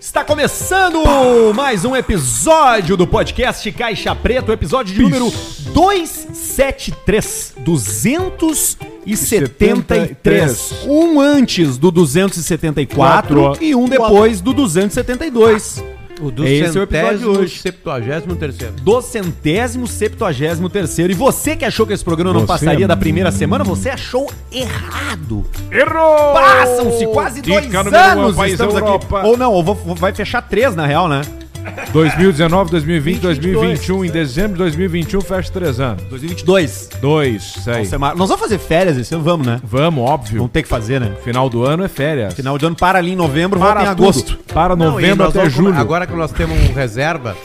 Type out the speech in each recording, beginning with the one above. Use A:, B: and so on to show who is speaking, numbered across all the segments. A: Está começando mais um episódio do podcast Caixa Preta, o episódio de número 273. 273. Um antes do 274
B: Quatro.
A: e um depois do 272.
C: O do
A: Esse é o episódio de hoje.
C: septuagésimo terceiro.
A: Do centésimo, septuagésimo terceiro. E você que achou que esse programa não
B: Você
A: passaria
B: é
A: da primeira semana, você achou errado.
B: Errou!
A: Passam-se quase dois
B: Dica número um,
A: anos
B: país
A: estamos
B: Europa.
A: aqui. Ou não, ou vou- vou- vai fechar três na real, né?
B: 2019, 2020,
A: 2022.
B: 2021. Em dezembro de 2021 fecha três anos.
A: 2022.
B: Dois, isso aí.
A: Nossa, é mar- Nós vamos fazer férias esse ano, vamos, né?
B: Vamos, óbvio.
A: Vamos ter que fazer, né?
B: Final do ano é férias.
A: Final de ano para ali em novembro, volta
B: para
A: em agosto.
B: agosto. Para novembro até julho.
C: Agora que nós temos um reserva,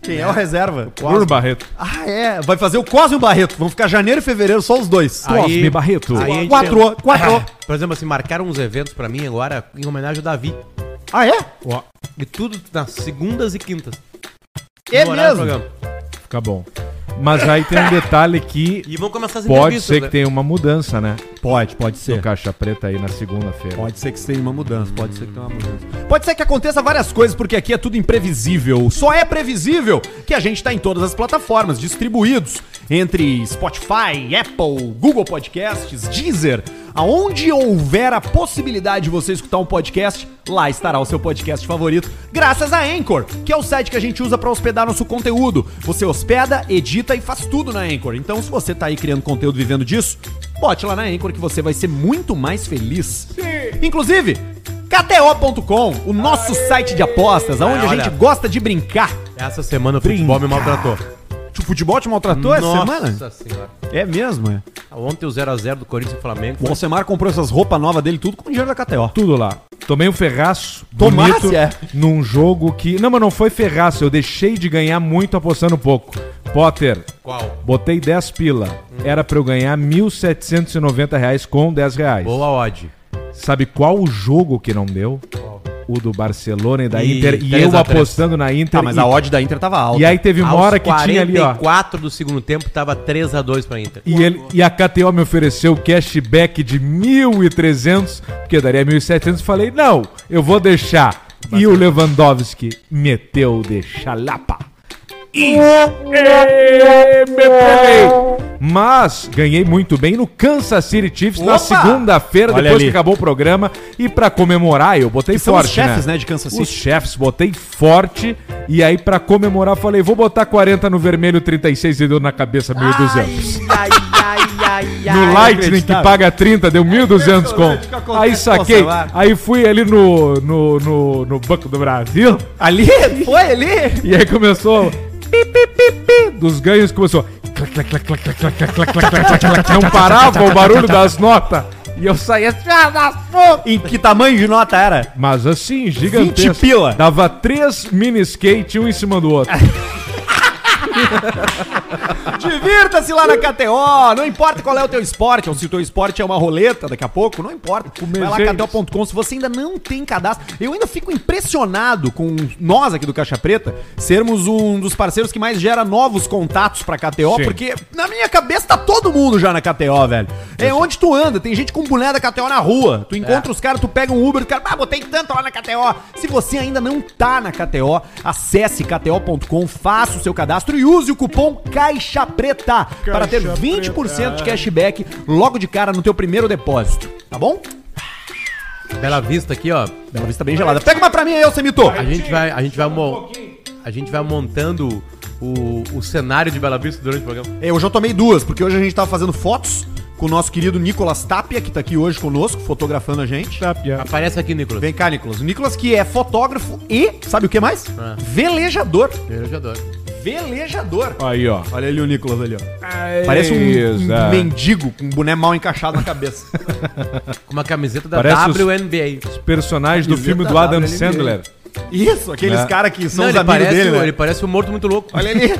A: Quem é o reserva?
B: Bruno Barreto.
A: Ah, é. Vai fazer o Cosme e o Barreto. Vão ficar janeiro e fevereiro, só os dois.
C: Aí-
B: Cosme Barreto.
C: aí- a gente
A: Quatro,
C: tem- um-
A: quatro.
C: por exemplo, assim, marcaram uns eventos pra mim agora em homenagem ao Davi.
A: Ah, é?
B: Ó,
C: E tudo nas segundas e quintas.
A: É
C: No horário do
A: mesmo.
C: programa.
B: fica bom. Mas aí tem um detalhe que
C: E vão começar as
B: pode ser que
C: né?
B: tenha uma mudança, né?
A: Pode, pode ser.
B: No Caixa Preta aí na segunda-feira.
A: Pode ser que tenha uma mudança, pode ser que tenha uma mudança. Pode ser que aconteça várias coisas, porque aqui é tudo imprevisível. Só é previsível que a gente tá em todas as plataformas, distribuídos entre Spotify, Apple, Google Podcasts, Deezer. Aonde houver a possibilidade de você escutar um podcast, lá estará o seu podcast favorito, graças a Anchor, que é o site que a gente usa para hospedar nosso conteúdo. Você hospeda, edita e faz tudo na Anchor. Então, se você tá aí criando conteúdo vivendo disso, bote lá na Anchor que você vai ser muito mais feliz. Inclusive, KTO.com, o nosso site de apostas, onde a
C: Olha.
A: gente gosta de brincar.
C: Essa semana o futebol me maltratou.
A: O futebol te maltratou
C: senhora.
A: É mesmo, é.
C: Ah, Ontem o 0x0 do Corinthians e Flamengo.
A: O Alcemar comprou essas roupas novas dele tudo com dinheiro da KTO.
B: Tudo lá. Tomei um ferraço
A: Tomasse,
B: bonito
A: é.
B: num jogo que... Não, mas não foi ferraço. Eu deixei de ganhar muito apostando pouco. Potter,
C: Qual?
B: botei 10 pila. Era pra eu ganhar 1.790 reais com 10 reais.
C: Boa odd.
B: Sabe qual o jogo que não deu? O do Barcelona e da
C: E
B: Inter. E
C: três
B: eu
C: a três. Ah,
B: apostando na Inter.
A: Tá, mas
B: e,
A: a odd da Inter tava alta.
B: e aí teve uma hora que tinha ali, ó.
C: 4 do segundo tempo, tava 3x2 pra Inter.
B: E, ele, e a KTO me ofereceu cashback de 1.300, porque daria 1.700. Falei, não, eu vou deixar. E o Lewandowski meteu de chalapa. E- e- me peguei. Mas ganhei muito bem no Kansas City Chiefs
A: Opa!
B: na segunda-feira,
A: Olha
B: depois
A: ali.
B: que acabou o programa. E pra comemorar, eu botei
A: Que são os
B: forte.
A: chefes, né, de Kansas City.
B: Os chefs, botei forte. E aí, pra comemorar, falei, vou botar 40 no vermelho, 36 e deu na cabeça 1.200.
C: ai, ai, ai,
B: No Lightning que
A: inacreditável.
B: paga 30, deu 1.200
A: impressionante que
B: conto.
A: acontece
B: Aí saquei.
A: com o celular.
B: Aí fui ali no, no, no, no Banco do Brasil.
A: Ali? Foi ali?
B: E aí começou. pi, pi, pi, pi, dos ganhos começou. clac, clac, clac, clac, clac, clac, clac, clac, clac, clac, clac. Não parava o barulho das notas. E eu saía. assim, "Ah, da porra!"
A: Em que tamanho de nota era?
B: Mas assim, gigantesco.
A: 20 pila.
B: Dava três mini skate um em cima do outro.
A: Divirta-se lá na KTO, não importa qual é o teu esporte, ou se o teu esporte é uma roleta daqui a pouco, não importa. Vai lá
B: gente.
A: KTO.com, se você ainda não tem cadastro. Eu ainda fico impressionado com nós aqui do Caixa Preta sermos um dos parceiros que mais gera novos contatos pra KTO,
B: Sim.
A: porque na minha cabeça tá todo mundo já na KTO, velho. É onde tu anda, tem gente com boné da KTO na rua. Tu encontra os caras, tu pega um Uber, o cara, ah, botei tanto lá na KTO. Se você ainda não tá na KTO, acesse KTO.com, faça o seu cadastro e use o cupom Caixa Preta para ter 20% de cashback logo de cara no teu primeiro depósito, tá bom?
C: Bela Vista aqui, ó.
A: Bela Vista bem gelada. Pega uma pra mim aí, Alcemito.
C: A gente vai, a
B: Um
C: gente vai, mo- a gente vai montando o, o cenário de Bela Vista durante o programa.
A: É, hoje eu tomei duas, porque hoje a gente tava fazendo fotos com o nosso querido Nicolas Tapia, que tá aqui hoje conosco, fotografando a gente.
C: Aparece aqui, Nicolas.
A: Vem cá, Nicolas. O Nicolas que é fotógrafo e, sabe o que mais?
C: Ah.
A: Velejador.
C: Eu já adoro.
A: Velejador.
B: Aí, ó.
A: Olha ali o Nicolas ali, ó. Parece um, um
B: Exato.
A: mendigo com um boné mal encaixado na cabeça.
C: Com uma camiseta da
B: Parece os-
C: WNBA.
B: Personagem do filme do
A: Camiseta
B: Adam
A: WNBA.
B: Sandler.
A: Isso, aqueles
B: É.
A: caras que são
C: Né? Não,
A: os
C: ele um
A: amigos né?
C: parece,
A: dele,
C: o-
A: né?
C: ele parece um morto muito louco.
A: Olha ali.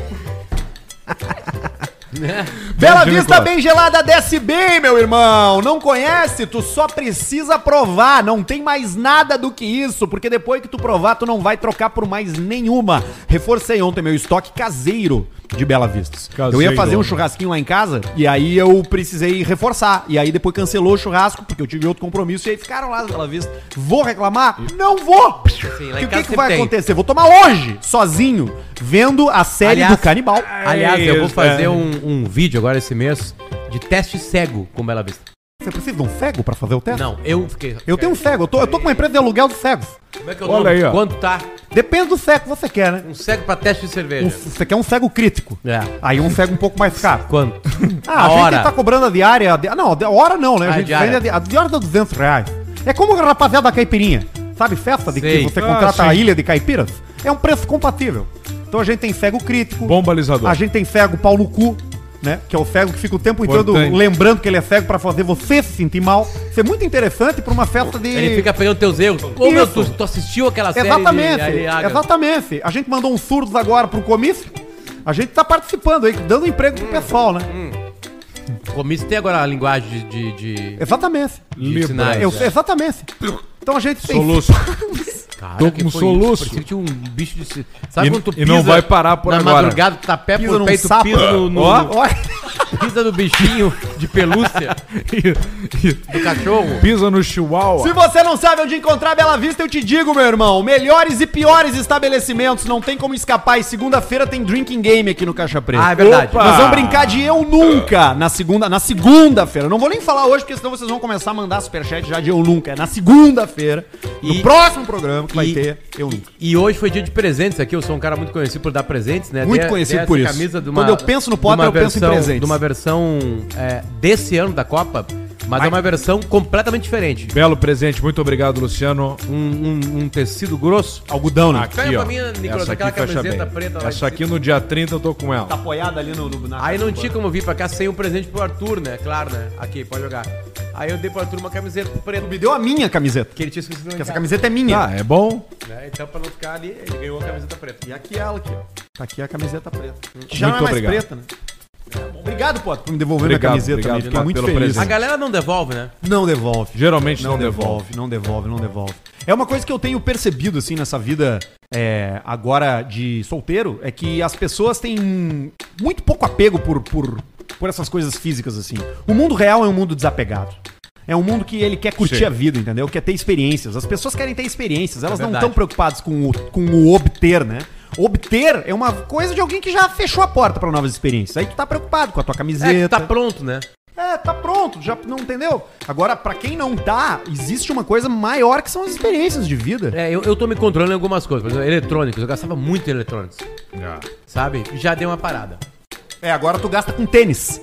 A: Bela
B: Beijo,
A: Vista
B: Nicolas.
A: bem gelada desce bem, meu irmão. Não conhece? Tu só precisa provar. Não tem mais nada do que isso, porque depois que tu provar, tu não vai trocar por mais nenhuma. Reforcei ontem meu estoque caseiro de Bela Vista. Eu ia
B: Caseiro,
A: fazer um
B: né?
A: churrasquinho lá em casa e aí eu precisei reforçar. E aí depois cancelou o churrasco, porque eu tive outro compromisso e aí ficaram lá as Bela Vista. Vou reclamar? Não vou!
C: Sim, lá em
A: e o que,
C: casa
A: que
C: sempre
A: vai
C: tem.
A: acontecer? Vou tomar hoje, sozinho, vendo a série
C: Aliás,
A: do Canibal. Ah,
C: Aliás, eu vou
B: Isso,
C: fazer
B: é.
C: um, um vídeo agora esse mês de teste cego com Bela Vista.
A: Você precisa de um cego pra fazer o teste?
C: Não, eu fiquei.
A: Eu tenho um cego, eu tô, eu tô com uma empresa de aluguel dos cegos.
C: Como é que eu
B: Olha
C: Olha
B: aí, ó.
C: Quanto tá
A: Depende do cego que você quer, né?
C: um cego pra teste de
A: Um-
C: cerveja?
A: você quer um cego crítico.
C: É.
A: Aí um cego um pouco mais caro.
C: Quanto?
A: Ah, a,
C: a
A: gente
C: hora.
A: tá cobrando a diária. a di- Não, a di- a hora não, né? A
C: Ah,
A: gente
C: diária.
A: vende a, di- a diária dá 200 reais. É como o rapaziada da caipirinha. Sabe, festa de
C: Sei.
A: que você
B: Ah,
A: contrata a
B: sim.
A: ilha de caipiras? É um preço compatível. Então a gente tem cego crítico.
B: Bom balizador.
A: A gente tem cego pau no cu, né? Que é o cego que fica o tempo
B: Importante.
A: todo lembrando que ele é cego pra fazer você se sentir mal. Isso é muito interessante pra uma festa de.
C: Ele fica pegando teus erros. Ô meu, tu,
A: Isso.
C: tu assistiu aquela série? de
A: Exatamente,
C: Ariaga?
A: exatamente. A gente mandou uns surdos agora pro comício. A gente tá participando aí, dando emprego pro pessoal, né?
C: Comício tem agora a linguagem de. de, de
A: Exatamente.
B: Libras.
C: sinais,
A: Eu,
C: né?
A: exatamente. Então a gente tem.
B: Soluço.
C: Cara,
B: Tô
C: que
B: com
C: foi isso?
B: soluço.
C: Parecia que tinha um bicho de. ci- Sabe
B: E-
C: quando tu
B: e não vai parar por
C: na
B: agora.
C: madrugada, tu tá pé
A: Pisa
C: por
A: num
C: pé e tu
A: sapo.
C: pisa no, no-
B: Ó.
A: Ó,
C: pisa no bichinho de pelúcia
B: E- e-
C: do cachorro.
B: Pisa no chihuahua.
A: Se você não sabe onde encontrar Bela Vista, eu te digo, meu irmão. Melhores e piores estabelecimentos, não tem como escapar. E segunda-feira tem drinking game aqui no Caixa Preta.
C: Ah, é verdade.
B: Opa!
A: Nós vamos brincar de eu nunca na segunda, na segunda-feira. Não vou nem falar hoje, porque senão vocês vão começar a mandar superchat já de eu nunca. É na segunda-feira, no
C: E-
A: próximo programa que vai
C: e-
A: ter eu nunca.
C: E hoje foi dia de presentes aqui. Eu sou um cara muito conhecido por dar presentes, né?
A: Muito
C: Dei-
A: conhecido
C: dei essa
A: por isso.
C: Camisa de uma,
A: Quando eu penso no
C: de
A: Potter,
C: uma
A: eu penso em
C: versão-
A: presentes.
C: De uma versão é, desse ano da Copa, mas
A: Ai.
C: é uma versão completamente diferente.
B: Belo presente, muito obrigado, Luciano.
C: Um, um- um tecido grosso.
A: Algodão, né?
C: Pega
B: Aqui,
C: pra
B: ó.
C: mim, Nicolas,
B: Essa
C: aquela
B: aqui fecha
C: camiseta
B: bem.
C: preta lá
B: Essa
C: de-
B: aqui no dia 30 eu tô com ela.
C: tá
A: apoiado ali no. no
C: Aí não tinha como vir pra cá sem um presente pro Arthur, né? Claro, né? Aqui, pode jogar. Aí eu dei pro Arthur uma camiseta preta.
A: Me deu a minha camiseta.
C: Que ele tinha esquecido
A: Que essa camiseta é minha.
B: Ah, é bom?
C: né? Então, pra não ficar ali, ele ganhou a camiseta preta.
A: É. E aqui ela aqui, ó. Tá aqui a camiseta preta. Que já
B: Muito
A: não é mais
B: obrigado.
A: preta, né? Obrigado, Potter, por me devolver minha
B: Obrigado,
A: camiseta
B: obrigado,
A: também. Fiquei
B: Pato,
A: muito
B: pelo
A: feliz.
B: presente.
C: A galera não devolve, né?
A: Não devolve.
B: Geralmente não,
A: Não
B: devolve.
A: devolve, não devolve, não devolve. É uma coisa que eu tenho percebido, assim, nessa vida é, agora de solteiro, é que as pessoas têm muito pouco apego por, por, por essas coisas físicas, assim. O mundo real é um mundo desapegado. É um mundo que ele quer curtir
B: Sim.
A: a vida, entendeu? Quer ter experiências. As pessoas querem ter experiências, elas não
C: verdade.
A: estão preocupadas com o, com o obter, né? Obter é uma coisa de alguém que já fechou a porta para novas experiências. Aí tu tá preocupado com a tua
C: É
A: camiseta.
C: que tá pronto, né?
A: É, tá pronto, já não entendeu? Agora, pra quem não tá, existe uma coisa maior que são as experiências de vida.
C: É, eu, eu tô me controlando em algumas coisas. Por exemplo, eletrônicos. Eu gastava muito em eletrônicos,
B: Ah.
C: sabe? Já dei uma parada.
A: É, agora tu gasta com tênis.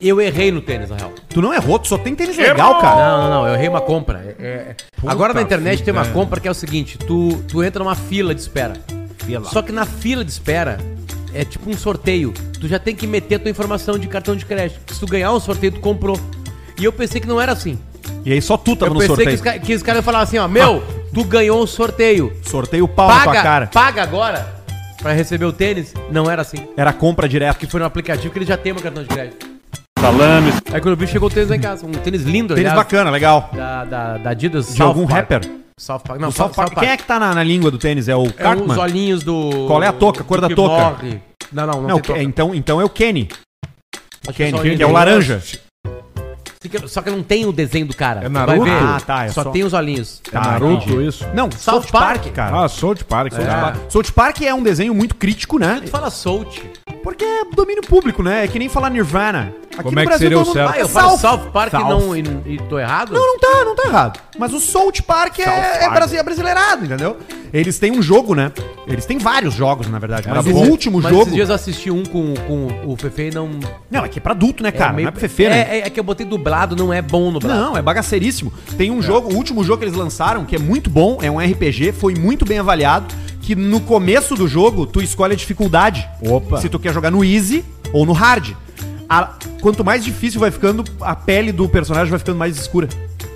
C: Eu errei no tênis, na real.
A: Tu não errou, tu só tem tênis legal, cara.
C: Não, não, não. Eu errei uma compra. É, é, é. Agora na internet tem
A: né?
C: uma compra que é o seguinte. Tu, tu entra numa fila de espera. Só que na fila de espera... É tipo um sorteio. Tu já tem que meter a tua informação de cartão de crédito. Se tu ganhar um sorteio, tu comprou. E eu pensei que não era assim.
A: E aí só tu tava
C: Eu
A: no
C: pensei que
A: sorteio. Ah.
C: os, ca- que os caras falavam assim, ó, meu, tu ganhou um sorteio.
A: Sorteio pau na tua
C: Paga,
A: cara.
C: paga agora pra receber o tênis. Não era assim.
A: Era compra direto.
C: Que foi no aplicativo que ele já tem meu cartão de crédito. Salames. Aí quando eu vi, chegou o tênis lá em casa. Um tênis lindo,
A: Tênis
C: aliás,
A: bacana, legal.
C: Da, da, da Adidas.
A: De algum rapper?
C: South Park. Não,
A: O South Park. Quem é
C: É,
A: que tá na, na língua do tênis? É o
C: os
A: Cartman?
C: olhinhos do...
A: Qual é a touca? Cor
C: do
A: da
C: que
A: touca?
C: morre. Não, não, não,
A: Não,
C: tem touca.
A: é, então, então é o Kenny.
C: Acho que é
A: Kenny,
C: só
A: que é
C: olhinho.
A: o laranja.
C: Só que- Só que não tem o desenho do cara.
B: É
C: Tu
B: Naruto?
C: Vai ver.
A: Ah, tá, é
C: só,
A: só-
C: tem os olhinhos.
B: É
A: Tá,
B: Naruto
A: entendi.
B: isso?
A: Não,
C: South
A: South Park,
C: Park,
A: cara.
B: Ah, South Park, South
C: É.
B: Park.
A: South Park é um desenho muito crítico, né?
C: Tu fala Soult.
A: Porque é domínio público, né? É que nem falar Nirvana. Aqui
B: Como é que seria
A: todo
B: o
A: mundo-
B: certo?
A: Ah, eu
C: Eu
A: falo
C: falo South Park e
A: South.
C: não- e, e tô errado?
A: Não, não tá, não tá errado. Mas o Salt Park é,
B: South
A: é
B: Park.
A: brasi- é brasileirado, entendeu? Eles têm um jogo, né? Eles têm vários jogos, na verdade.
B: Era
A: Mas
B: bom.
A: o último
C: Mas
A: jogo.
C: esses dias eu assisti um com, com o Fefe e não.
A: Não, é que é pra adulto, né, cara?
C: é, meio-
A: Não é pra fefe, né?
C: é, é, é que eu botei dublado, não é bom dublado.
A: Não, é bagaceiríssimo. Tem um jogo, o último jogo que eles lançaram, que é muito bom, é um RPG, foi muito bem avaliado, que no começo do jogo tu escolhe a dificuldade.
B: Opa.
A: Se tu quer jogar no easy ou no hard. A- quanto mais difícil vai ficando, a pele do personagem vai ficando mais escura.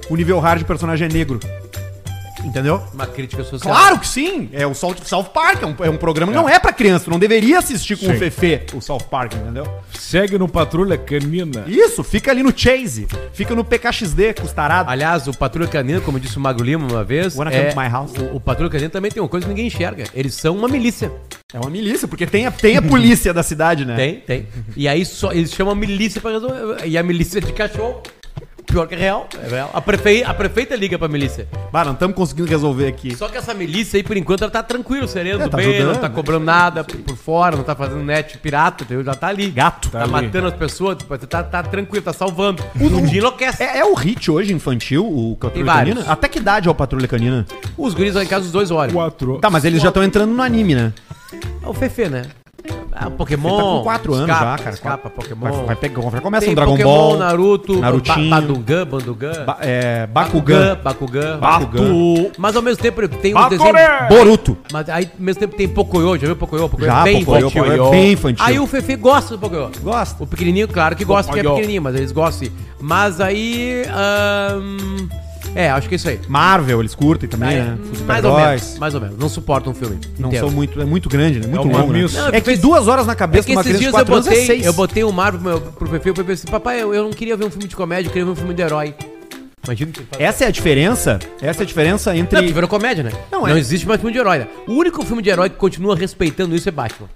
A: O nível hard do personagem é negro. Entendeu?
C: Uma crítica social.
A: Claro que sim! É o South, South Park, é um, é um programa que não é pra criança, tu não deveria assistir com o
B: Sim.
A: Fefe o South Park, entendeu?
B: Segue no Patrulha Canina.
A: Isso, fica ali no Chase, fica no PKXD, custarado.
C: Aliás, o Patrulha Canina, como disse o Mago Lima uma vez,
A: Wanna
C: é,
A: come to my house?
C: O, o Patrulha Canina também tem uma coisa que ninguém enxerga. Eles são uma milícia.
A: É uma milícia, porque tem a, tem a polícia da cidade, né?
C: Tem, tem. E aí só, eles chamam a milícia pra resolver. E a milícia é de cachorro. Pior que é real. É real. A, prefe... a prefeita liga pra milícia.
A: Bah, não estamos conseguindo resolver aqui.
C: Só que essa milícia aí, por enquanto, ela tá tranquila, serena,
A: É,
C: do
A: tá
C: bem,
A: ajudando,
C: não tá cobrando nada por, por fora, não tá fazendo net pirata, entendeu? Já tá ali.
A: Gato.
C: Tá,
B: Tá ali.
C: matando as pessoas, tá, tá tranquilo, tá salvando. Um dia enlouquece.
A: É, é o hit hoje infantil, o
C: Tem
A: Patrulha
C: vários.
A: Canina? Até que idade é o Patrulha Canina?
C: Os guris lá em casa, os dois olham.
B: Quatro.
A: Tá, mas eles já estão entrando no anime, né?
C: É o Fefe, né? Ah, Pokémon.
A: Ele tá com 4 anos
C: escapa,
A: já, cara.
C: Escapa, Pokémon.
A: Vai, vai pegar, vai começa
C: Tem
A: um Dragon
C: Pokémon,
A: Ball.
C: Naruto,
A: Narutinho.
C: Ba- Badugan, Bandugan.
A: Ba- é, Bakugan.
C: Bakugan.
A: Bakugan.
C: Mas ao mesmo tempo tem um
B: Bakure!
C: desenho...
A: Boruto.
C: Mas aí ao mesmo tempo tem Pocoyo, já viu Pocoyo? Pocoyo
A: Já, Pocoyo, Pocoyo é bem infantil.
C: Aí o Fefe gosta do Pocoyo.
A: Gosta.
C: O pequenininho, claro que gosta, porque é
B: Pocoyo.
C: pequenininho, mas eles gostam. sim. Mas aí... ahn, É, acho que é isso aí.
A: Marvel, eles curtem também,
C: Aí,
A: né?
C: É, mais ou menos,
A: Super-heróis.
C: mais ou menos. Não suporta um filme
A: Não
C: inteiro.
A: são muito. É muito grande, né? Muito
B: um
A: longo. Né?
B: compromisso.
C: Não,
A: É que duas horas na
C: É
A: cabeça
C: que
A: de uma
C: esses
A: criança de
C: dias
A: 4
C: eu
A: anos é
C: botei,
A: 6.
C: eu botei o Marvel pro, meu, pro Fefe, o Fefe disse, papai, eu, eu não queria ver um filme de comédia, eu queria ver um filme de herói. Imagina o que ele fala.
A: Essa é a diferença. Essa é a diferença
C: Não, porque
A: entre.
C: virou comédia, né?
A: Não,
C: Não,
A: é.
C: existe mais filme de herói, né? O único filme de herói que continua respeitando isso é Batman.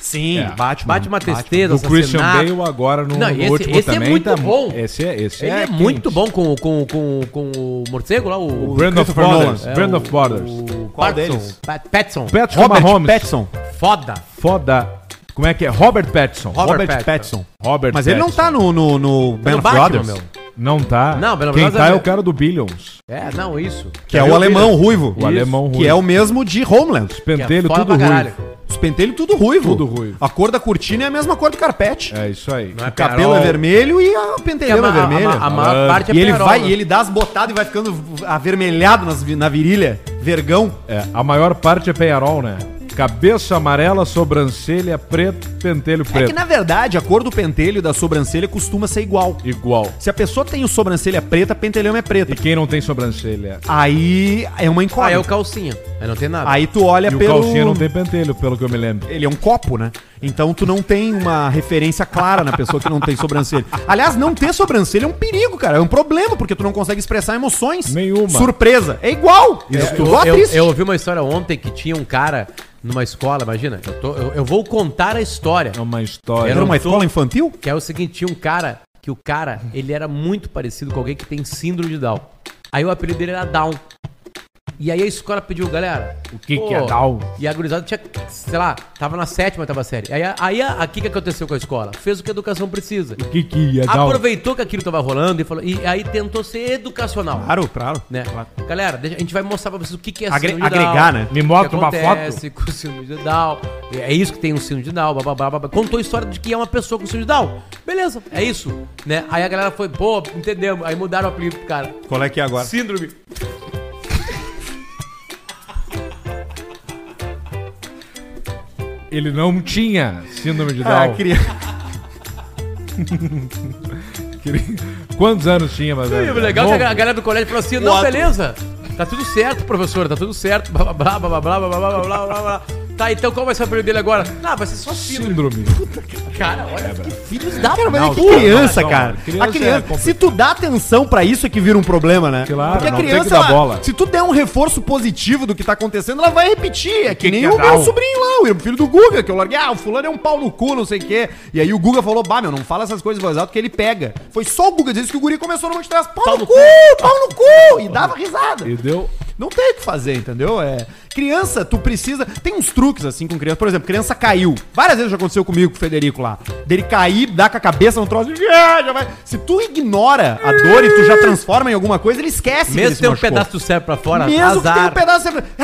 A: Sim,
B: É.
A: Batman.
C: Batman, tristeza,
B: Do Christian
C: assassinato.
B: Bale agora no,
C: Não,
B: no
C: esse-
B: último
C: esse é
B: também.
C: muito
B: tá-
C: bom.
B: Esse é, esse
C: Ele é,
B: quente.
C: muito bom com, com, com, com o morcego lá, o...
B: O Brand of
A: Christopher
B: Brothers.
A: Nolan.
B: É Brand of Brothers.
C: É o
A: Qual
C: Pattinson,
A: deles?
C: Pat- Pattinson.
B: Patrick
A: Robert
B: Mahomes.
A: Pattinson.
C: Foda.
B: Foda. Como é que é? Robert Pattinson.
C: Robert
A: Robert Pattinson.
C: Pattinson.
B: Robert
A: Mas ele não tá no, no, no Band of
C: Batman,
A: Brothers,
C: meu.
B: Não tá.
C: Não, Belo
B: Quem
C: Horizonte
B: tá é
C: é-
B: o cara do Billions.
C: É, não, isso.
A: que é o alemão ruivo.
B: O alemão
A: Que
B: ruivo.
A: é o mesmo de Homeland.
B: Pentelho,
C: é foda
B: tudo
C: pra caralho.
B: ruim.
A: Os pentelhos tudo ruivo.
B: Tudo ruivo.
A: A cor da cortina é a mesma cor do carpete.
B: É isso aí.
C: Não é
A: O cabelo
C: Carol.
A: é vermelho e a
C: Que a,
A: pentelhama
C: ma-
A: é
C: a,
A: vermelha.
C: ma- a maior
B: Ah.
C: parte é
A: e ele
C: Penarol,
A: vai,
C: né?
A: e ele dá as botadas e vai ficando avermelhado nas vi- na virilha, vergão.
B: É, a maior parte é Penharol, né? Cabeça amarela, sobrancelha preto, pentelho
A: É
B: preto.
A: que na verdade a cor do pentelho e da sobrancelha costuma ser igual.
C: é
B: Igual.
A: Se a pessoa tem o sobrancelha preta, pentelhama é preta.
B: E quem não tem sobrancelha?
A: Aí é uma
C: Ah, é
A: incógnita.
C: o calcinha. Aí não tem nada.
A: Aí tu
C: é
A: olha
B: e o
A: pelo
B: calcinha não tem pentelho, pelo que eu me lembro.
A: ele é um copo, né? Então tu não tem uma referência clara na pessoa que não tem sobrancelha. Aliás, não ter sobrancelha é um perigo, cara. É um problema, porque tu não consegue expressar emoções.
B: Nenhuma.
A: Surpresa. É igual. Isso
C: Eu, eu- eu ouvi uma história ontem que tinha um cara numa escola, imagina. Eu, tô- eu- eu vou contar a história.
B: É uma história.
A: Era
C: eu não
A: uma
C: sou-
A: escola infantil?
C: Que é o seguinte, tinha um cara que o cara, ele era muito parecido com alguém que tem síndrome de Down. Aí o apelido dele era Down. E aí a escola pediu, galera... O
B: que que é Down?
C: E a gurizada tinha, sei lá, tava na sétima, tava série. Aí, a- aí a- a- o que que aconteceu com a escola? Fez o que a educação precisa.
B: O que que ia dar? um
C: Aproveitou que aquilo tava rolando e falou... E aí tentou ser educacional.
A: Claro, claro.
C: né? Galera, deixa- a gente vai mostrar pra vocês o que, que é
A: Agre-
C: síndrome de
A: agregar, né?
B: Me
C: o que
B: mostra uma
C: acontece com o síndrome de Down. É isso que tem um síndrome de Down, blá, blá, blá, blá. Contou a história de que é uma pessoa com síndrome de Down. Beleza, é isso, né? Aí a galera foi, pô, entendemos. Aí mudaram o apelido pro cara.
A: Qual é que é agora?
C: Síndrome.
B: Ele não tinha síndrome de Down.
A: Ah, queria...
B: Quantos anos tinha, mas
C: E o legal é que a galera do colégio falou assim, não, beleza. Tá tudo certo, professor, tá tudo certo. Blá, blá, blá, blá, blá, blá, blá, blá, blá, blá, blá. Tá, então qual vai ser o apelido dele agora? Ah, vai ser só síndrome.
B: Síndrome.
C: Cara, olha que filhos da...
A: Cara, mas é
B: Não,
A: que
B: calma,
A: criança,
B: calma.
A: cara.
B: Criança
A: a criança,
B: é complicado.
A: se tu dá atenção pra isso, é que vira um problema, né?
B: Claro,
A: Porque a
B: não tem
A: criança,
B: que dar
A: ela-
B: bola.
A: se tu der um reforço positivo do que tá acontecendo, ela vai repetir. É que,
B: que
A: nem
B: que é
A: o meu
B: Down?
A: sobrinho lá, o filho do Guga, que eu larguei, ah, o fulano é um pau no cu, não sei o quê. E aí o Guga falou, bah, meu, não fala essas coisas em voz alta que ele pega. Foi só o Guga dizer isso que o guri começou no monte de trás, pau, no cu, pau no cu, e dava risada.
B: E deu.
A: Não tem o que fazer, entendeu? É, criança, tu precisa. Tem uns truques assim com criança. Por exemplo, criança caiu. Várias vezes já aconteceu comigo com o Federico lá. Dele cair, dar com a cabeça no troço. e "Ah", Já vai. Se tu ignora a dor e tu já transforma em alguma coisa, ele esquece.
C: Mesmo
A: que
C: tem
A: ele
C: um
A: se machucou.
C: pedaço do cérebro pra fora,
A: Mesmo que tem um pedaço.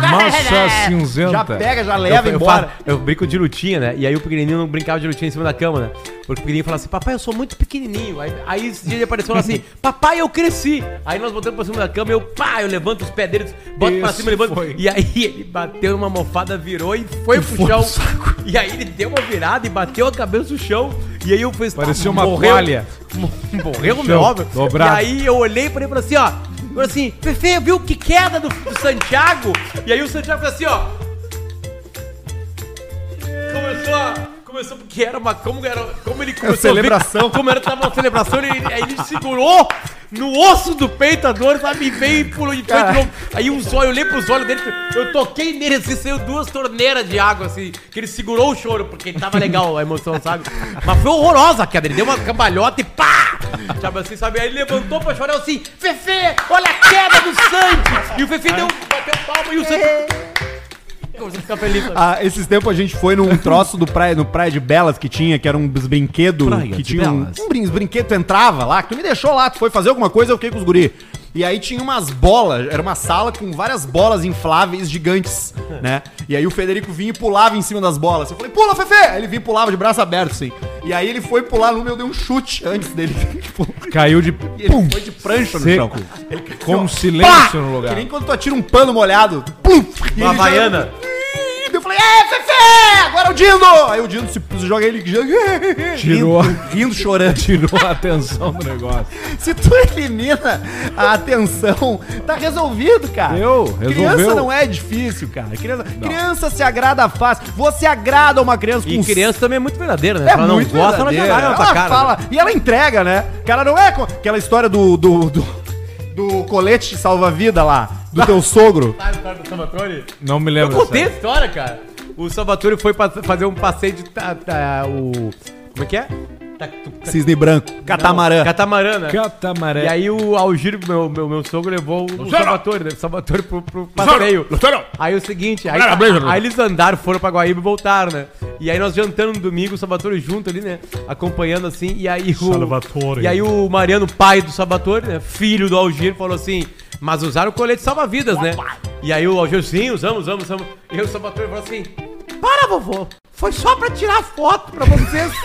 B: Massa cinzenta.
A: Já pega, já
C: Eu-
A: leva
C: eu,
A: embora.
C: falo- eu brinco de lutinha, né? E aí o pequenininho não brincava de lutinha em cima da cama, né? Porque o pequenininho falava assim, papai, eu sou muito pequenininho. Aí, aí esse dia ele apareceu lá assim, papai, eu cresci. Aí nós botamos pra cima da cama, eu, pá, eu levanto os pés dele, boto pra
B: Isso
C: cima, levanto.
B: foi.
C: E aí ele bateu numa mofada, virou e foi pro
A: foi
C: chão.
A: pro saco.
C: E aí ele deu uma virada e bateu a cabeça no chão. E aí eu fiz...
B: Parecia uma
C: morreu,
B: toalha.
C: Mo- Morreu,
B: Chão,
C: meu óbvio.
B: dobrado.
C: E aí eu olhei pra ele e falei assim, ó... Falou assim, Fefe, viu que queda do, do Santiago? E aí o Santiago fez assim, ó. Começou a... Começou porque era uma... Como, era, como ele começou a ver-
A: celebração.
C: como era tava uma celebração, ele, aí ele segurou no osso do peito a dor, sabe? E veio e pulou de frente de novo. Aí um zóio, eu olhei pros olhos dele, eu toquei nele assim, saiu duas torneiras de água, assim, que ele segurou o choro, porque tava legal a emoção, sabe? Mas foi horrorosa a queda, ele deu uma cambalhota e pá! Sabe assim, sabe? Aí ele levantou pra chorar eu assim, Fefe, olha a queda do Santi! E o Fefe deu, bateu palma e o Santi... Começou a ficar feliz, sabe?
A: Ah, esses tempos a gente foi num troço do praia, no Praia de Belas que tinha, que era um brinquedo
B: Praia
A: que
B: de
A: tinha um,
B: Belas.
A: um brin- brinquedo, tu entrava lá, que tu me deixou lá, tu foi fazer alguma coisa, eu fiquei com os guri. E aí tinha umas bolas, era uma sala com várias bolas infláveis gigantes, né? E aí o Federico vinha e pulava em cima das bolas. Eu falei, pula, Fefe! Aí ele vinha e pulava de braço aberto, assim. E aí ele foi pular no meu, deu um chute antes dele. Tipo,
B: Caiu de.
A: e ele
B: Pum!
A: foi de prancha no
B: Seco.
A: chão. Ele caiu,
B: Com
A: ó,
B: silêncio
A: pá!
B: no lugar.
A: Que nem quando tu atira um pano molhado. Pum! E
C: Uma
A: ele já-
C: havaiana.
A: Ih, Eu falei, é, Fefe! Agora é o Dino! Aí o Dino se se joga ele. joga-
B: Tirou.
A: Rindo, rindo, chorando.
B: Tirou a atenção do negócio.
A: Se tu elimina a atenção, tá resolvido, cara.
B: Deu,
A: Criança
B: resolveu.
A: não é difícil, cara. Criança, criança se agrada fácil. Você agrada uma criança
C: E
A: com
C: criança também é muito verdadeira, né?
A: é
C: Se ela não
A: muito
C: gosta, ela já
A: verdadeira.
C: larga na tua
A: Ela
C: cara.
A: fala e ela entrega, né? Cara, não é co- aquela história do do, do, do colete salva-vida lá, do teu sogro.
C: Sabe a história do Salvatore?
B: Não me
C: Eu
B: lembro.
C: contei a
B: dessa.
C: história, cara. O Salvatore foi pa- fazer um passeio de. ta- ta- o. Como é que é? Ta- tu- ta-
A: Cisne branco,
C: Não,
A: catamarã.
C: Catamarã, né?
B: Catamaré.
C: E aí o Algir, meu, meu, meu sogro, levou o Salvatore, né? O Salvatore pro, pro passeio. Aí o seguinte, aí, tá, aí eles andaram, foram pra Guaíba e voltaram, né? E aí nós jantando no domingo, o Salvatore junto ali, né? Acompanhando assim, e aí o...
D: Salvatore.
C: E aí o Mariano, pai do Salvatore, né? Filho do Algir, falou assim, mas usaram o colete salva-vidas, né? E aí o Algir, sim, usamos, usamos, usamos. E o Salvatore falou assim, para, vovô, foi só pra tirar foto pra vocês.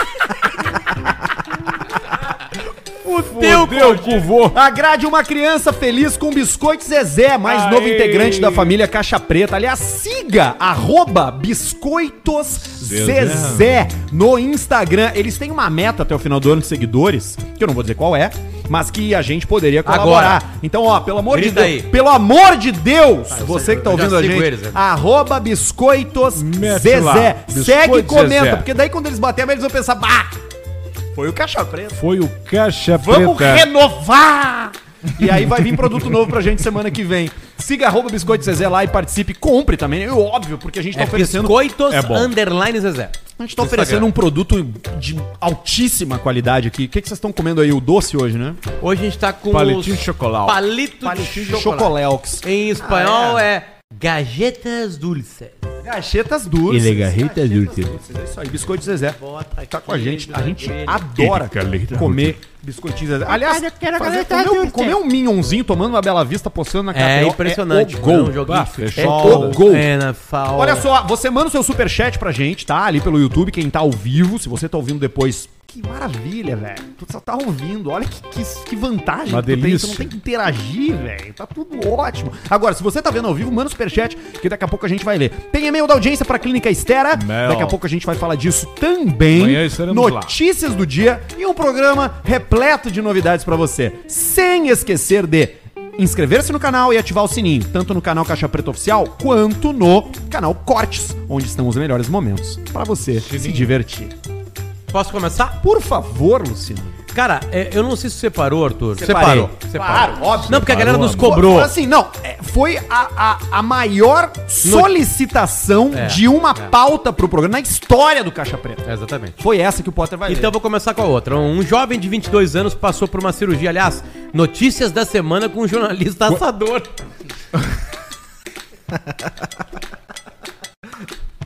C: Fudeu,
B: Fudeu com o vô.
A: Agrade uma criança feliz com Biscoito Zezé, mais
B: Aê.
A: novo integrante da família Caixa Preta. Aliás, siga arroba Biscoitos Zezé. no Instagram. Eles têm uma meta até o final do ano de seguidores, que eu não vou dizer qual é, mas que a gente poderia colaborar. Então, ó, pelo amor
C: Grita
A: de Deus,
C: aí. Ah,
A: pelo amor de Deus, você que tá
C: eu já
A: ouvindo a
C: sigo
A: gente,
C: eles, né?
A: arroba Biscoitos
B: Mete lá,
A: Zezé.
B: Biscoito
A: Segue e comenta,
B: Zezé.
A: porque daí quando eles baterem, eles vão pensar, bah, foi o Caixa Preta.
B: Foi o Caixa
A: Vamos
C: é.
B: Preta.
A: renovar! E aí vai vir produto novo pra gente semana que vem. Siga arroba Biscoito Zezé lá e participe. Compre também, é óbvio, porque a gente tá
C: É
A: oferecendo.
C: biscoitos
B: É bom.
C: underline Zezé.
A: A gente tá oferecendo um produto de altíssima qualidade aqui. O que, que vocês estão comendo aí? O doce hoje, né?
C: Hoje a gente tá com
B: Palitinho
C: os
B: de chocolate.
C: palito, de chocolate.
A: Chocolaux.
C: Em
A: Ah,
C: espanhol é. gajetas dulces.
A: Gachetas duras.
B: Ele é garreta dulce.
A: É isso aí, Biscoito Zezé.
C: Bota
A: Tá com a gente. A
C: aqui,
A: gente
C: aquele.
A: adora
D: Ele galeta
A: comer biscoitinho Zezé. Aliás, fazer, comer, um- comer um minhonzinho tomando uma bela vista, postando na KTO,
C: É impressionante.
A: tá, o
C: quando é
A: gol.
C: um joguinho
B: Bah,
C: de
A: fechou.
C: futebol,
A: É o gol.
C: é na falta.
A: Olha só, você manda o seu superchat pra gente, tá? Ali pelo YouTube, quem tá ao vivo, se você tá ouvindo depois. Que maravilha, velho. Tu só tá ouvindo. Olha que, que, que vantagem
B: Uma
A: que tu tem. Tu não
B: delícia.
A: tem que interagir, velho. Tá tudo ótimo. Agora, se você tá vendo ao vivo, manda o superchat, que daqui a pouco a gente vai ler. Tem e-mail da audiência pra Clínica Estera.
B: Mel.
A: Daqui a pouco a gente vai falar disso também.
B: Amanhã estaremos lá.
A: Notícias do dia e um programa repleto de novidades pra você. Sem esquecer de inscrever-se no canal e ativar o sininho, tanto no canal Caixa Preta Oficial quanto no canal Cortes, onde estão os melhores momentos pra você se divertir.
C: Posso começar?
A: Por favor, Luciano.
C: Cara, é, eu não sei se você separou, Arthur.
A: Separei.
C: Separou.
A: Claro, óbvio.
C: Não, porque a galera
B: Separou,
C: nos
B: amor.
C: cobrou.
A: Foi- Assim, não, é, foi a, a, a maior solicitação
C: É,
A: de uma
C: é.
A: pauta pro programa na história do Caixa Preta.
C: Exatamente.
A: Foi essa que o Potter vai
C: Então eu vou começar com a outra. Um jovem de 22 anos passou por uma cirurgia, aliás, notícias da semana com um jornalista assador.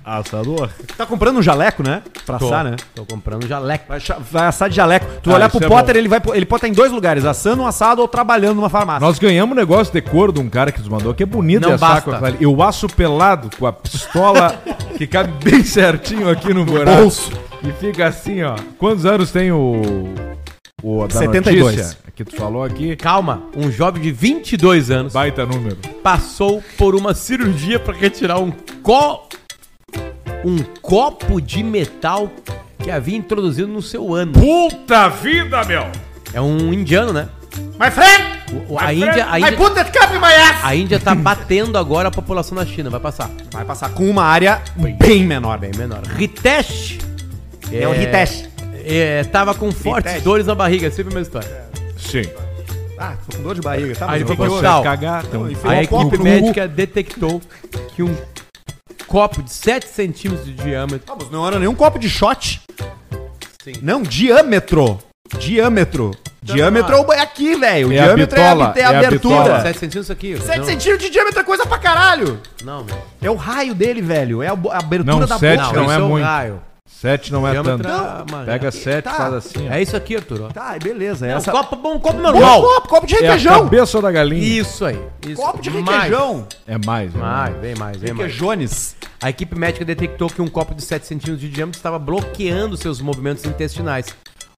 B: Assador.
A: ler. Tá comprando um jaleco, né? Pra assar, né?
C: Tô comprando jaleco.
A: Vai, cha- vai assar de jaleco. Tu
B: Ah,
A: olhar
B: isso
A: pro
B: é
A: Potter,
B: bom.
A: ele, vai, ele pode estar em dois lugares, assando um assado ou trabalhando numa farmácia.
B: Nós ganhamos um negócio de couro de um cara que nos mandou, que é bonito
C: Não
B: essa
C: basta.
B: com aquela- Eu aço pelado com a pistola que cabe bem certinho aqui no buraco.
A: bolso.
B: E fica assim, ó. Quantos anos tem o. O da
A: 72.
B: notícia que tu falou aqui?
C: Calma, um jovem de 22 anos
B: Baita número.
C: passou por uma cirurgia para retirar um co... um copo de metal que havia introduzido no seu ano.
B: Puta vida, meu!
C: É um indiano, né?
A: My friend!
C: O- o- a, Índia, a,
A: Ai,
C: Índia,
A: puta que cabe, my ass!
C: a Índia tá batendo agora a população da China, vai passar.
A: Vai passar com uma área bem menor.
C: Bem menor. né? Ritesh.
A: É o Ritesh.
C: É, tava com fortes
A: Ritesh. É.
C: dores na barriga, é sempre a mesma história.
B: Sim.
A: Ah, tô com dor de barriga, tá?
C: Aí
A: Mas
C: ele foi
A: eu
C: pro
A: vou-
C: hospital.
B: cagar, então.
A: enfim.
C: A
A: Aí
C: equipe
A: copo no
C: médica detectou que um copo de 7 centímetros de diâmetro.
A: Ah, mas não era nenhum copo de shot.
C: Sim.
A: Não, diâmetro. Diâmetro. diâmetro é o- é aqui, velho.
B: É a
A: diâmetro é a,
B: bitola,
A: é a
B: é a
A: abertura.
B: bitola.
C: 7 centímetros aqui. não,
A: 7 centímetros de diâmetro é coisa pra caralho.
C: Não, meu.
A: É o raio dele, velho. É a bo- a abertura
B: Não,
A: da
B: sete
A: boca.
B: não é
C: isso o
B: muito.
C: raio.
B: Sete não é
C: Diâmetro
B: tanto.
C: é uma-
B: Pega sete,
A: Tá.
B: faz assim, ó.
C: É isso aqui, Arthur. ó.
A: Tá, beleza.
C: É um
A: essa...
C: copo bom, um copo
A: Bom
C: normal.
A: copo, copo de
B: É a
A: requeijão.
B: cabeça da galinha.
C: Isso aí. Isso.
A: copo de
C: Mais.
A: requeijão.
B: É mais, né?
C: Mais, vem mais, vem mais.
A: Requeijones.
C: A equipe médica detectou que um copo de 7 centímetros de diâmetro estava bloqueando seus movimentos intestinais.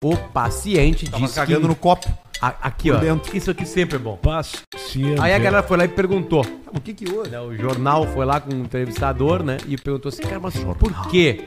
C: O paciente
A: Tava
C: disse
A: cagando
C: que...
A: no copo.
C: A- aqui,
A: por
C: ó.
A: dentro.
C: Isso aqui sempre é bom.
B: Paciente.
C: Aí a galera foi lá e perguntou.
A: O que que houve?
C: né, O jornal foi lá com um entrevistador, né? E perguntou assim, cara, mas por quê?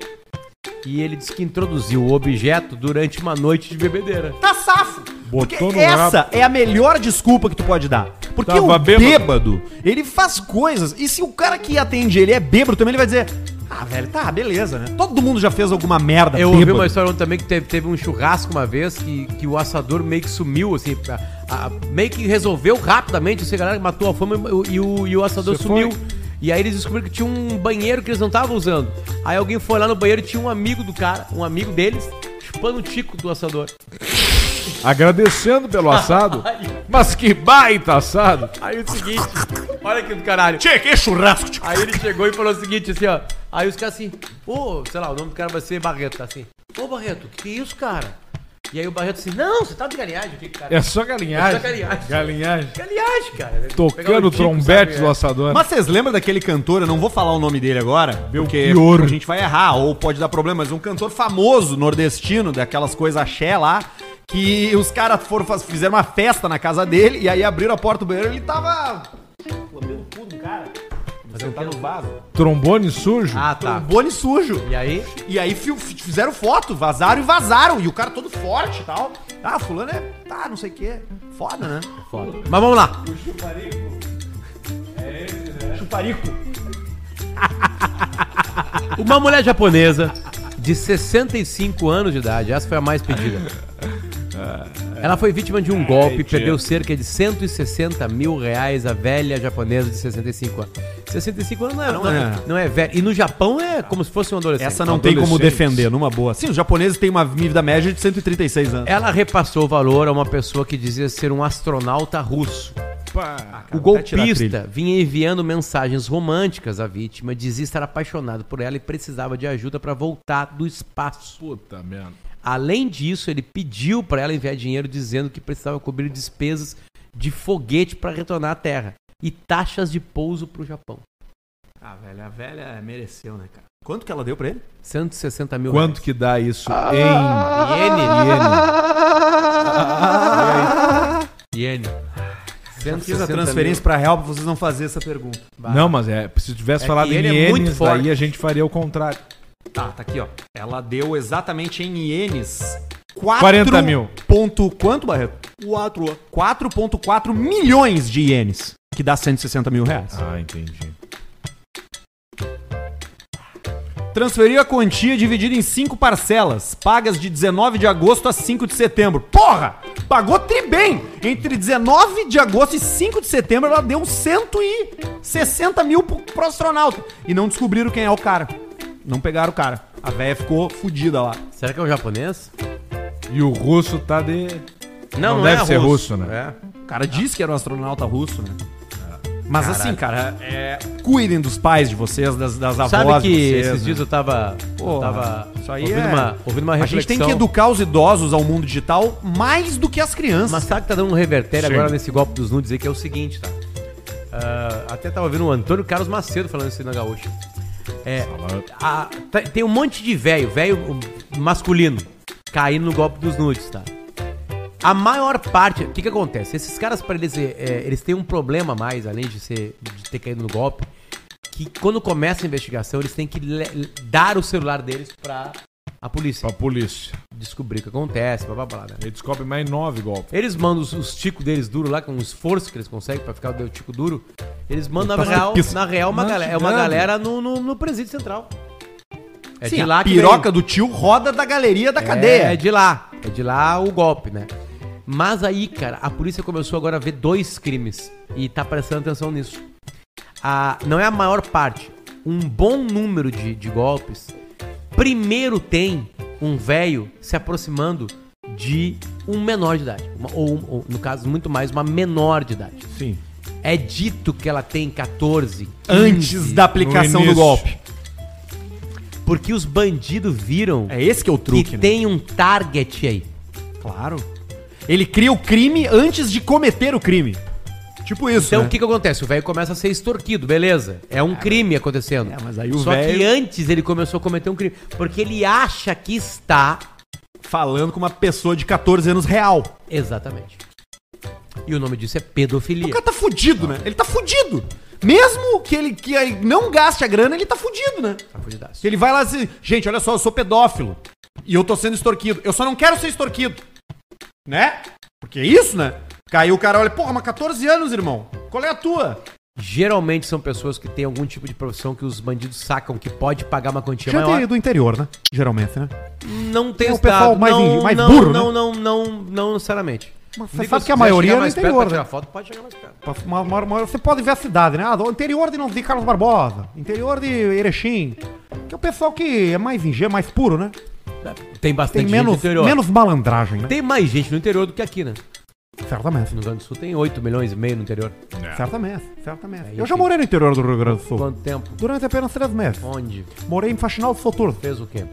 C: E ele disse que introduziu o objeto durante uma noite de bebedeira.
A: Tá safo.
B: Botou
A: Porque
B: no
A: essa é a melhor desculpa que tu pode dar. Porque
B: Tava
A: o bêbado.
B: bêbado.
A: ele faz coisas. E se o cara que atende ele é bêbado também, ele vai dizer: Ah, velho, tá, beleza, né? Todo mundo já fez alguma
B: Tá
A: merda
C: Eu ouvi uma história ontem também que teve, teve um churrasco uma vez que, que o assador meio que sumiu, assim, a- a- meio que resolveu rapidamente, assim, a galera matou a fome e, o, e o assador
B: Você
C: sumiu.
B: foi?
C: E aí eles descobriram que tinha um banheiro que eles não estavam usando. Aí alguém foi lá no banheiro e tinha um amigo do cara, um amigo deles, chupando o tico do assador.
B: Agradecendo pelo assado. mas que baita assado.
C: Aí o seguinte, olha que do caralho.
A: Tchê, que churrasco, tchê.
C: Aí ele chegou e falou o seguinte, assim, ó. Aí os caras assim, ô, sei lá, o nome do cara vai ser Barreto, tá assim. Ô, Barreto, que que é isso, cara? E aí o Barreto assim, não, você tá de galinhagem, o que que, cara?
B: É só galinhagem.
C: É só galinhagem.
B: Galinhagem.
C: Galinhagem, cara. Ele pegava
B: Tocando
C: o
B: o
C: tico,
B: trombete
C: sabe? é.
B: do assador.
A: Mas vocês lembram daquele cantor, eu não vou falar o nome dele agora, porque
B: Belchior.
A: a gente vai errar, ou pode dar problema, mas um cantor famoso nordestino, daquelas coisas axé lá, que os caras foram faz- fizeram uma festa na casa dele e aí abriram a porta do banheiro e ele tava. Lambendo o cu do cara. Sentado no bar.
B: Trombone sujo.
C: Ah, tá.
A: Trombone sujo.
C: E aí?
A: E aí fi- fi- fizeram foto, vazaram e vazaram. E o cara todo forte e tal. Ah, fulano é. Tá, não sei o quê. Foda, né?
C: Foda. Mas vamos lá.
A: Chuparico.
C: Uma mulher japonesa de 65 anos de idade, essa foi a mais pedida. Ela foi vítima de
B: É,
C: um golpe e perdeu cerca de 160 mil reais a velha japonesa de 65 anos. 65 anos não é, não, é, não é velha. E no Japão é como se fosse um adolescente.
A: Ah, Essa não tem como defender, numa boa. Sim, os japoneses têm uma vida média de 136 anos.
C: Ela repassou o valor a uma pessoa que dizia ser um astronauta russo.
B: Pá.
C: O
A: Vou É até tirar a
C: golpista vinha enviando mensagens românticas à vítima, dizia estar apaixonado por ela e precisava de ajuda para voltar do espaço.
B: Puta merda.
C: Além disso, ele pediu para ela enviar dinheiro dizendo que precisava cobrir despesas de foguete para retornar à Terra e taxas de pouso para o Japão.
A: Ah, velho, a velha mereceu, né, cara? Quanto que ela deu pra ele?
C: 160 mil
B: Quanto que dá isso em
C: Ah. reais.
B: iene?
C: Ah. Iene. Iene.
A: Eu
C: 160
A: fiz a transferência pra real pra vocês não fazerem essa pergunta.
B: Não, mas é, se tivesse
C: É
B: falado
C: que
B: em
C: ele é muito
B: ienes,
C: forte.
B: daí a gente faria o contrário.
A: Tá, tá aqui, ó. Ela deu exatamente em ienes. 4
B: 40 mil.
A: Ponto, quanto, Barreto? 4. 4.4 milhões de ienes. Que dá 160 mil reais.
B: Ah, entendi.
A: Transferiu a quantia dividida em cinco parcelas, pagas de 19 de agosto a 5 de setembro. Porra! Pagou tri bem! Entre 19 de agosto e 5 de setembro, ela deu 160 mil pro, pro astronauta. E não descobriram quem é o cara. Não pegaram o cara. A véia ficou fudida lá.
C: Será que é um japonês?
B: E o russo tá de.
C: Não, é
B: deve ser russo, né?
A: É. O cara disse que era um astronauta russo, né? Mas assim, cara, é, cuidem dos pais de vocês, das, das avós
C: Sabe que
A: de vocês.
C: esses
A: né?
C: dias eu tava, eu
A: Porra,
C: tava
A: isso aí
C: ouvindo,
A: é-
C: uma, ouvindo uma
A: A
C: reflexão.
A: gente tem que educar os idosos ao mundo digital mais do que as crianças.
C: Mas sabe que tá dando um revertério
B: Sim.
C: agora nesse golpe dos nudes aí, que é o seguinte, tá? Ah, até tava vendo o Antônio Carlos Macedo falando isso aí na Gaúcha. É, a- tá- tem um monte de velho, velho um, masculino, caindo no golpe dos nudes, tá? A maior parte, o que que acontece? Esses caras, pra eles, é, é, eles têm um problema a mais, além de, ser, de ter caído no golpe, que quando começa a investigação, eles têm que le- dar o celular deles pra A polícia.
B: Pra polícia.
C: Descobrir o que acontece, blá blá blá. né?
B: Ele descobre mais nove golpes.
C: Eles mandam os, os ticos deles duro lá, com o esforço que eles conseguem pra ficar o tico duro. Eles mandam, na
A: Tá
C: real,
A: pisca-
C: na real uma galera, é uma
B: mastigando.
C: galera no, no, no presídio central. É
A: Sim,
C: de
A: a
C: lá que
A: piroca do tio roda da galeria da
C: vem.
A: cadeia.
C: É de lá. É de lá o golpe, né? Mas aí, cara, a polícia começou agora a ver dois crimes e tá prestando atenção nisso. A, não é a maior parte. Um bom número de, de golpes. Primeiro tem um velho se aproximando de um menor de idade. Uma- ou, um- ou, no caso, muito mais, uma menor de idade.
B: Sim.
C: É dito que ela tem 14
A: Antes da aplicação
B: No
A: do
B: início.
A: golpe.
C: Porque os bandidos viram
A: É esse que é o truque,
C: que
A: né?
C: tem um target aí.
A: Claro. Ele cria o crime antes de cometer o crime. Tipo isso,
C: Então
A: né?
C: o que que acontece? O velho começa a ser extorquido, beleza? É um crime acontecendo.
A: É, mas aí o
C: Só que
A: velho-
C: antes ele começou a cometer um crime, porque ele acha que está
A: Falando com uma pessoa de 14 anos real.
C: exatamente. E o nome disso é
A: O
C: pedofilia.
A: cara tá fudido, né? Ele tá fudido. Mesmo que ele, que ele não gaste a grana, ele tá fudido, né?
C: Sacudidaço.
A: Ele vai lá e diz, gente, olha só, eu sou pedófilo. E eu tô sendo extorquido. Eu só não quero ser extorquido. Né? Porque é isso, né? Caiu o cara, olha, porra, mas 14 anos, irmão. Qual é a tua?
C: Geralmente são pessoas que têm algum tipo de profissão que os bandidos sacam que pode pagar uma quantia maior.
A: do interior, né? Geralmente, né?
C: Não tem
A: É o
C: estado.
A: pessoal mais
C: não,
A: in- mais
C: não,
A: burro, né?
C: não, não, não, não, necessariamente.
A: Mas você
C: Nicolas,
A: sabe
C: se
A: que a
C: quiser
A: maioria
C: chegar
A: é no
C: mais perto
A: interior,
C: pra
A: né?
C: tirar foto, pode chegar mais perto.
A: Pra fumar uma- uma- você pode ver a cidade, né? Ah, do interior de não de Carlos Barbosa, interior de Erechim. Que é o pessoal que é mais ingênuo, mais puro, né?
C: Tem
A: Tem
C: bastante gente no
A: menos,
C: interior.
A: menos malandragem, né?
C: Tem mais gente no interior do que aqui, né?
A: Certamente.
C: No Rio Grande do Sul tem 8 milhões e meio no interior.
A: Certamente, certamente.
C: É. Aí
A: Eu já
C: tem-
A: morei no interior do Rio Grande do Sul.
C: Quanto tempo?
A: Durante apenas três meses.
C: Onde?
A: Morei em Faxinal do Soturno.
C: Fez o quê?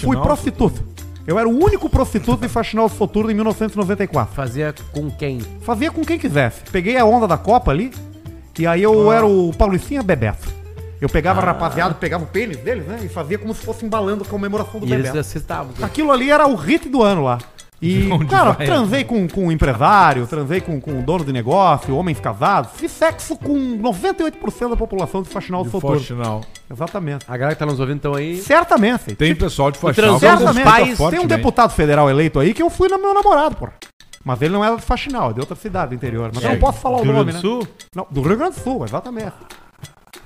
A: Fui prostituto. Eu era o único prostituto em Faxinal do Soturno em 1994.
C: Fazia com quem?
A: Fazia com quem quisesse. Peguei a onda da Copa ali. E aí
B: Ah.
A: eu era o Paulicinha Bebeto. Eu pegava rapaziada, pegava o pênis deles, né? E fazia como se fosse embalando a comemoração do
C: E eles
A: Bebeto.
C: aceitavam.
A: Aquilo ali era o hit do ano lá. E,
B: onde
A: cara,
B: vai,
A: transei com, com um empresário, transei com, com um dono de negócio, homens casados. Fiz sexo com 98% da população de Faxinal do
B: De
A: Soturno.
B: Faxinal.
A: Exatamente.
C: A galera que tá nos ouvindo então aí.
A: Certamente.
B: Tem pessoal de
C: Transar
B: Faxinal.
C: Talvez com
A: Certamente.
C: os pais-
B: forte,
A: tem um
B: né?
A: deputado federal eleito aí que eu fui no meu namorado, porra. Mas ele não era de Faxinal, é de outra cidade do interior. Mas eu não posso falar o
C: do Rio
A: nome,
C: Grande
A: né?
C: do Sul?
A: Não, do Rio Grande do Sul, exatamente.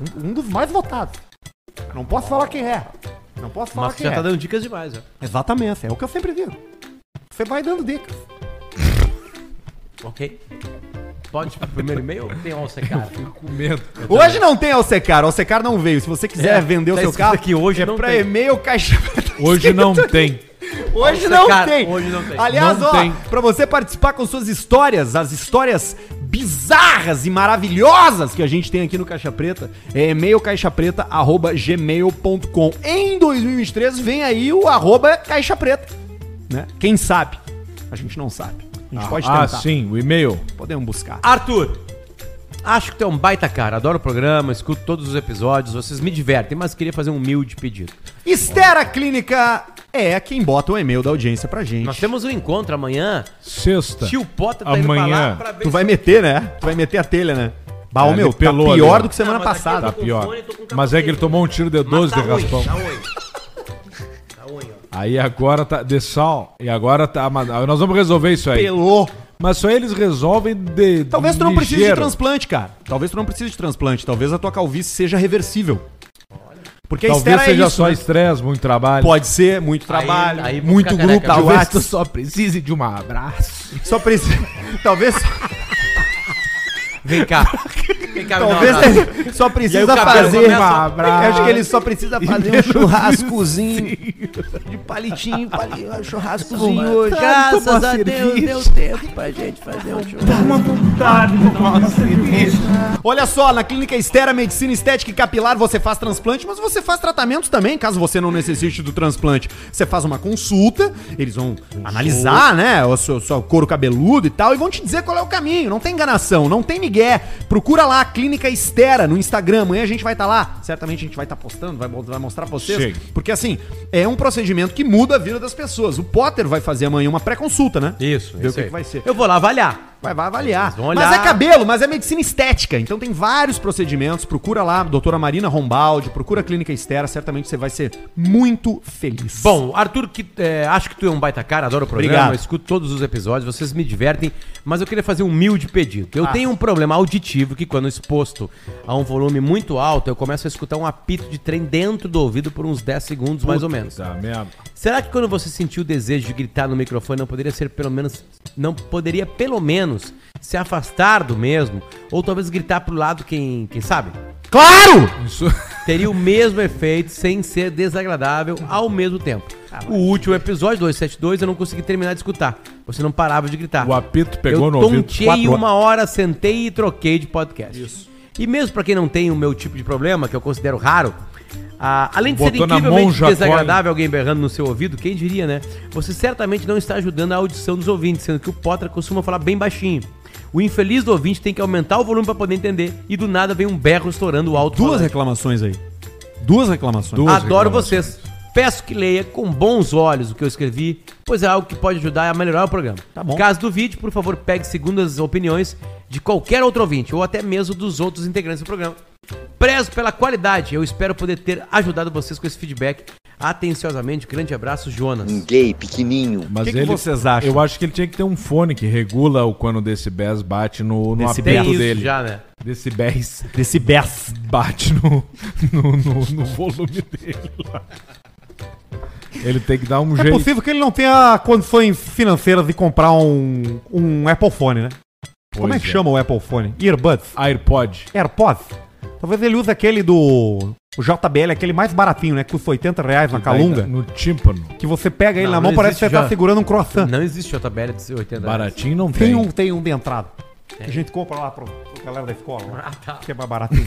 A: Um, um dos mais votados. Não posso falar quem é. Não posso falar
C: Mas
A: quem
C: já
A: é.
C: tá dando dicas demais, ó.
A: Exatamente, é o que eu sempre digo. Você vai dando dicas.
C: Ok. Pode pro primeiro e-mail ou tem onça, cara?
B: Com medo.
A: Hoje não tem Alcecar, Alcecar não veio. Se você quiser
C: É,
A: vender o
C: tá
A: seu
C: escrito
A: carro,
C: aqui, hoje
A: é
C: não
A: pra
C: tem.
A: e-mail caixa. tá
B: Hoje não tem.
A: Hoje
C: Alcecar,
A: não tem.
C: hoje não tem.
A: Aliás,
B: Não
A: ó,
B: tem.
A: pra você participar com suas histórias, as histórias bizarras e maravilhosas que a gente tem aqui no Caixa Preta, é e-mail caixapreta@gmail.com. Em 2023 vem aí o arroba caixa preta, né? Quem sabe? A gente não sabe. A gente pode tentar.
B: Ah, sim, o e-mail.
A: Podemos buscar.
C: Arthur! Acho que tu é um baita cara, adoro o programa, escuto todos os episódios, vocês me divertem, mas queria fazer um humilde pedido.
A: Estera Clínica é quem bota o e-mail da audiência pra gente.
C: Nós temos um encontro amanhã,
B: Sexta.
C: tio Potter tá indo pra lá
B: Amanhã.
C: pra ver
A: Tu
C: se-
A: vai meter, né? Tu vai meter a telha, né? Bah, ô
B: É,
A: meu,
B: ele
A: tá
B: pelou
A: pior
B: ali, ó.
A: do que semana
C: Não, mas aqui eu
A: passada.
B: Tá
C: tô com
B: pior.
C: fone, tô com
B: Mas é que ele
C: capacete.
B: tomou um tiro de
C: Mas
B: 12 de
C: ruim,
B: raspão.
C: Tá ruim. Tá ruim, ó.
B: Aí agora tá. De sal. E agora tá. mas Nós vamos resolver isso aí.
A: Pelou.
B: Mas só eles resolvem de.
A: Talvez tu não precise de
B: ligeiro.
A: transplante, cara. Talvez tu não precise de transplante. Talvez a tua calvície seja reversível. Porque a
B: Talvez
A: estera é
B: seja
A: isso.
B: só
A: né?
B: estresse, muito trabalho.
A: Pode ser, muito trabalho,
C: aí
A: muito
C: fica
A: grupo
C: careca.
A: de
B: Talvez tu
A: WhatsApp.
B: só precise de um abraço.
A: Só precisa... Talvez,
C: Vem cá. Vem cá, me dá um
A: talvez
C: abraço.
A: ele só
C: E aí o
A: precisa
C: cabelo
A: fazer...
C: começa a-
A: Eu acho que ele só precisa fazer um churrascozinho. De palitinho, pali... um churrascozinho hoje.
D: Graças a Deus deu tempo pra gente fazer um churrasco.
A: Olha só, na Clínica Estera Medicina Estética e Capilar você faz transplante, mas você faz tratamentos também, caso você não necessite do transplante. Você faz uma consulta, eles vão analisar, né, o seu, seu couro cabeludo e tal, e vão te dizer qual é o caminho. Não tem enganação, não tem migué. Procura lá, Clínica Estera, no Instagram. Amanhã a gente vai estar lá. Certamente a gente vai estar postando, vai, mo- vai mostrar pra vocês.
B: Sim.
A: Porque assim, é um procedimento que muda a vida das pessoas. O Potter vai fazer amanhã uma pré-consulta, né?
C: Isso,
A: Ver o
C: isso
A: que
C: aí.
A: que vai ser.
C: Eu vou lá avaliar.
A: Vai, vai avaliar.
C: Eles vão olhar.
A: Mas é cabelo, mas é medicina estética. Então tem vários procedimentos. Procura lá, doutora Marina Rombaldi, procura a Clínica Estera, certamente você vai ser muito feliz.
C: Bom, Arthur, que, é, acho que tu é um baita cara, adoro o programa,
A: Obrigado.
C: eu escuto todos os episódios, vocês me divertem, mas eu queria fazer um humilde pedido. Eu
A: Ah.
C: tenho um problema auditivo que, quando exposto a um volume muito alto, eu começo a escutar um apito de trem dentro do ouvido por uns 10 segundos, mais ou menos.
B: Tá, merda.
C: Será que quando você sentiu o desejo de gritar no microfone, não poderia ser pelo menos. Não poderia pelo menos se afastar do mesmo? Ou talvez gritar pro lado quem, quem sabe?
A: claro!
B: Isso...
C: Teria o mesmo efeito sem ser desagradável ao mesmo tempo. O último episódio, 272, eu não consegui terminar de escutar. Você não parava de gritar.
B: O apito pegou
C: eu
B: no ouvido
C: tontei
B: quatro horas.
C: uma hora, sentei e troquei de podcast. Isso. E mesmo pra quem não tem o meu tipo de problema, que eu considero raro, ah, além de ser
B: Botou na
C: incrivelmente
B: Monja
C: desagradável alguém berrando no seu ouvido, quem diria, né? Você certamente não está ajudando a audição dos ouvintes, sendo que o Potra costuma falar bem baixinho. O infeliz do ouvinte tem que aumentar o volume pra poder entender e do nada vem um berro estourando o alto.
A: Duas reclamações aí. Duas reclamações.
B: Duas.
C: Adoro
B: reclamações.
C: vocês. Peço que leia com bons olhos o que eu escrevi, pois é algo que pode ajudar a melhorar o programa.
A: Tá bom.
C: Caso do vídeo, por favor, pegue segundas opiniões de qualquer outro ouvinte, ou até mesmo dos outros integrantes do programa. Prezo pela qualidade, eu espero poder ter ajudado vocês com esse feedback. Atenciosamente, grande abraço, Jonas.
E: Um
B: Hum,
E: gay pequenininho.
B: Mas
A: que que
B: ele,
A: vocês acham?
B: Eu acho que ele tinha que ter um fone que regula o quando decibéis bate no, no
A: Decibéis. Tem
B: apito
A: isso
B: dele.
C: já, né?
B: Decibéis
A: Desse Bess.
B: bate no, no, no- no volume dele lá. Ele tem que dar um
A: É
B: jeito.
A: possível que ele não tenha condições financeiras de comprar um, um Apple Phone, né? Como é que
B: Pois
A: chama o Apple Phone? Earbuds?
B: AirPod.
A: AirPods? Talvez ele use aquele do o JBL, aquele mais baratinho, né? Que custa 80 reais na Calunga.
B: No tímpano.
A: Que você pega ele
C: Não,
A: na
C: não
A: mão, parece que
C: existe
A: você tá
C: já.
A: segurando um croissant.
C: Não existe outra tabela de 80 reais.
B: Baratinho não tem.
A: Tem um, tem um de entrada. Que a gente compra lá pro, pro galera da escola, né? que é mais baratinho.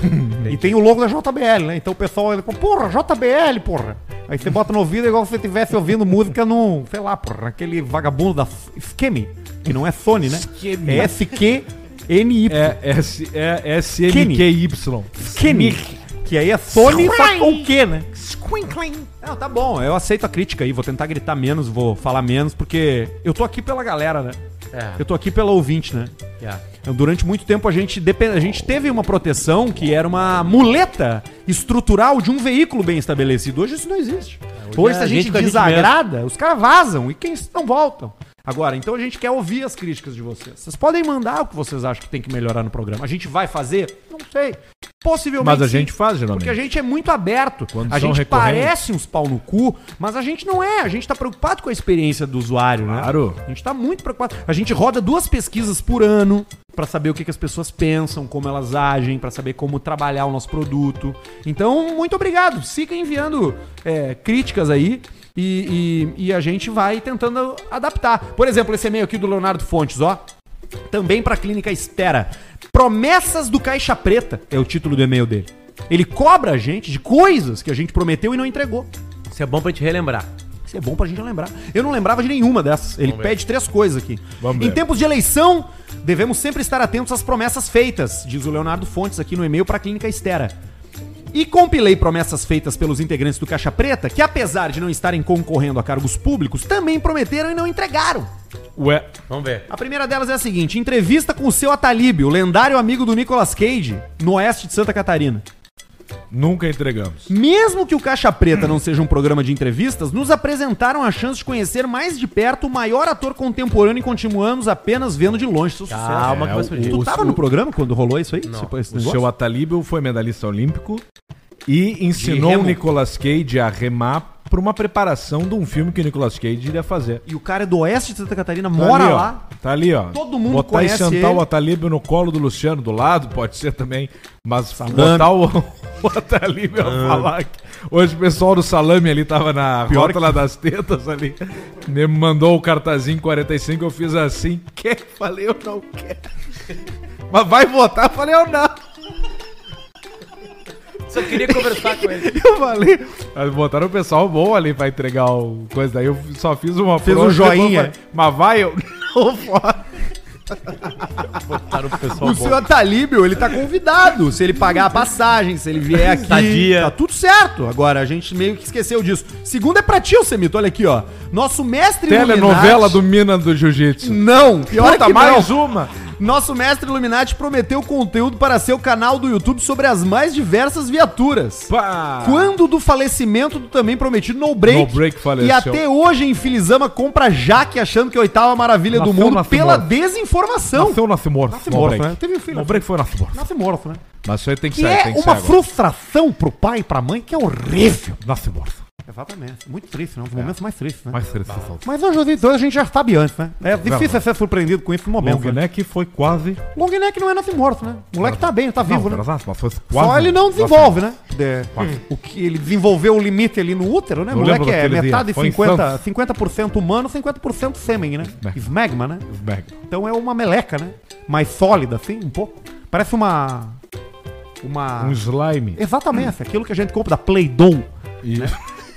A: e tem o logo da JBL, né? Então o pessoal ele fala, porra, JBL, porra. Aí você bota no ouvido é igual se você estivesse ouvindo música num, sei lá, porra, aquele vagabundo da Skemi, que não é Sony, né?
B: Skemi.
A: É S-Q-N-Y.
B: É, S, é SNQY.
A: Skemi. Que aí é Sony, só com o quê, né? Não, tá bom, eu aceito a crítica aí, vou tentar gritar menos, vou falar menos, porque eu tô aqui pela galera, né?
C: É.
A: Eu tô aqui pela ouvinte, né?
C: Yeah.
A: Durante muito tempo a gente, depen- a gente teve uma proteção que era uma muleta estrutural de um veículo bem estabelecido. Hoje isso não existe. Hoje
C: é
A: se a
C: a
A: gente,
C: gente com a gente
A: desagrada, os caras vazam e quem s- não voltam. Agora, então a gente quer ouvir as críticas de vocês. Vocês podem mandar o que vocês acham que tem que melhorar no programa. A gente vai fazer? Não sei. Possivelmente.
B: Mas a
A: sim,
B: gente faz, geralmente.
A: Porque a gente é muito aberto.
B: Quando
A: a
B: são
A: gente
B: recorrentes.
A: parece uns pau no cu, mas a gente não é. A gente tá preocupado com a experiência do usuário, né?
B: Claro.
A: A gente tá muito preocupado. A gente roda duas pesquisas por ano pra saber o que, que as pessoas pensam, como elas agem, pra saber como trabalhar o nosso produto. Então, muito obrigado. Siga enviando é, críticas aí. E, e- e a gente vai tentando adaptar. Por exemplo, esse e-mail aqui do Leonardo Fontes, ó. Também pra Clínica Estera. Promessas do Caixa Preta é o título do e-mail dele. Ele cobra a gente de coisas que a gente prometeu e não entregou.
C: Isso é bom pra te relembrar.
A: Isso é bom pra gente lembrar. Eu não lembrava de nenhuma dessas. Ele pede três coisas aqui.
B: Vamos
A: em
B: ver.
A: tempos de eleição, devemos sempre estar atentos às promessas feitas, diz o Leonardo Fontes aqui no e-mail para a Clínica Estera. E compilei promessas feitas pelos integrantes do Caixa Preta, que apesar de não estarem concorrendo a cargos públicos, também prometeram e não entregaram.
B: Ué,
C: Vamos ver.
A: A primeira delas é a seguinte: entrevista com o seu Atalib, o lendário amigo do Nicolas Cage, no oeste de Santa Catarina.
B: nunca entregamos.
A: Mesmo que o Caixa Preta não seja um programa de entrevistas, nos apresentaram a chance de conhecer mais de perto o maior ator contemporâneo e continuamos apenas vendo de longe seu sucesso.
C: Calma
B: É,
C: que vai
B: o-
C: surgir.
A: Tu tava no programa quando rolou isso aí?
C: Não.
A: Você pôs esse
B: O
A: negócio?
B: seu Atalíbio foi medalhista olímpico e ensinou
A: remo.
B: o Nicolas Cage a remar para uma preparação de um filme que o Nicolas Cage iria fazer.
A: E o cara é do oeste de Santa Catarina,
B: Tá
A: mora
B: ali, ó.
A: lá.
B: Tá ali, ó.
A: Todo mundo
B: botar
A: conhece
B: e sentar
A: ele.
B: o Atalíbio no colo do Luciano do lado, pode ser também. Mas botar o, o Atalíbio a falar que... Hoje o pessoal do Salame ali tava na
A: Ah. Pior
B: rótula das tetas ali. Me mandou o cartazinho 45, eu fiz assim. Quer? Falei, eu não quero. Mas vai votar? Falei, eu não.
C: Só queria conversar com ele.
B: Eu falei. Então, Aí Botaram o pessoal bom ali pra entregar o coisa. Daí eu só fiz uma
A: Fez um
B: fronha,
A: joinha.
B: depois falei, Mas vai, eu não foda.
C: Botaram o pessoal
A: O
C: bom.
A: seu Atalíbio, ele tá convidado. Se ele pagar a passagem, se ele vier aqui.
C: Estadia.
A: Tá tudo certo. Agora, a gente meio que esqueceu disso. Segunda é pra ti, Semito. Olha aqui, ó. Nosso mestre
B: Telenovela
A: Illuminati-
B: do Mina do Jiu-Jitsu.
A: Não, pior é
B: Puta,
A: que
B: mais
A: não.
B: uma.
A: Nosso mestre Illuminati prometeu conteúdo para seu canal do YouTube sobre as mais diversas viaturas.
B: Pá.
A: Quando do falecimento do também prometido No Break.
B: No Break faleceu.
A: E até hoje em Filizama compra Jaque achando que é a oitava maravilha do
B: Nasceu,
A: mundo
B: nasceu,
A: pela
B: nasceu.
A: desinformação.
B: Nasceu o Nascimorfo.
A: Nascimorfo,
B: Nobrek.
A: né? Teve um filho.
B: Nobrek foi o Nascimorfo.
A: Nasce morto, né?
B: Mas isso aí tem que,
A: Que
B: sair,
A: é
B: tem que
A: uma
B: sair agora.
A: frustração pro pai e pra mãe que é horrível.
B: Nascimorfo.
A: Exatamente. Muito triste, né? Um dos momentos mais tristes, né?
B: Mais triste essa foto.
A: Mas hoje os dois a gente já sabe antes, né? É difícil
B: Verdade.
A: ser surpreendido com isso no momento. né?
B: Longneck foi quase...
A: Long neck não é nasce morto, né? O moleque tá bem, tá vivo,
B: não,
A: né?
B: verdade, mas foi quase...
A: Só ele não desenvolve, né? De-
B: Quase.
A: o que ele desenvolveu o limite ali no útero, né?
B: Eu
A: moleque
B: lembro
A: é
B: daquele dia.
A: metade
B: Foi em
A: 50, 50% humano, 50% sêmen, né?
B: Smegma.
A: Smegma, né?
B: Bag.
A: Então é uma meleca, né? Mais sólida, assim, um pouco. Parece uma. Uma.
B: Um slime.
A: Exatamente, é aquilo que a gente compra da Play-Doh.
B: E...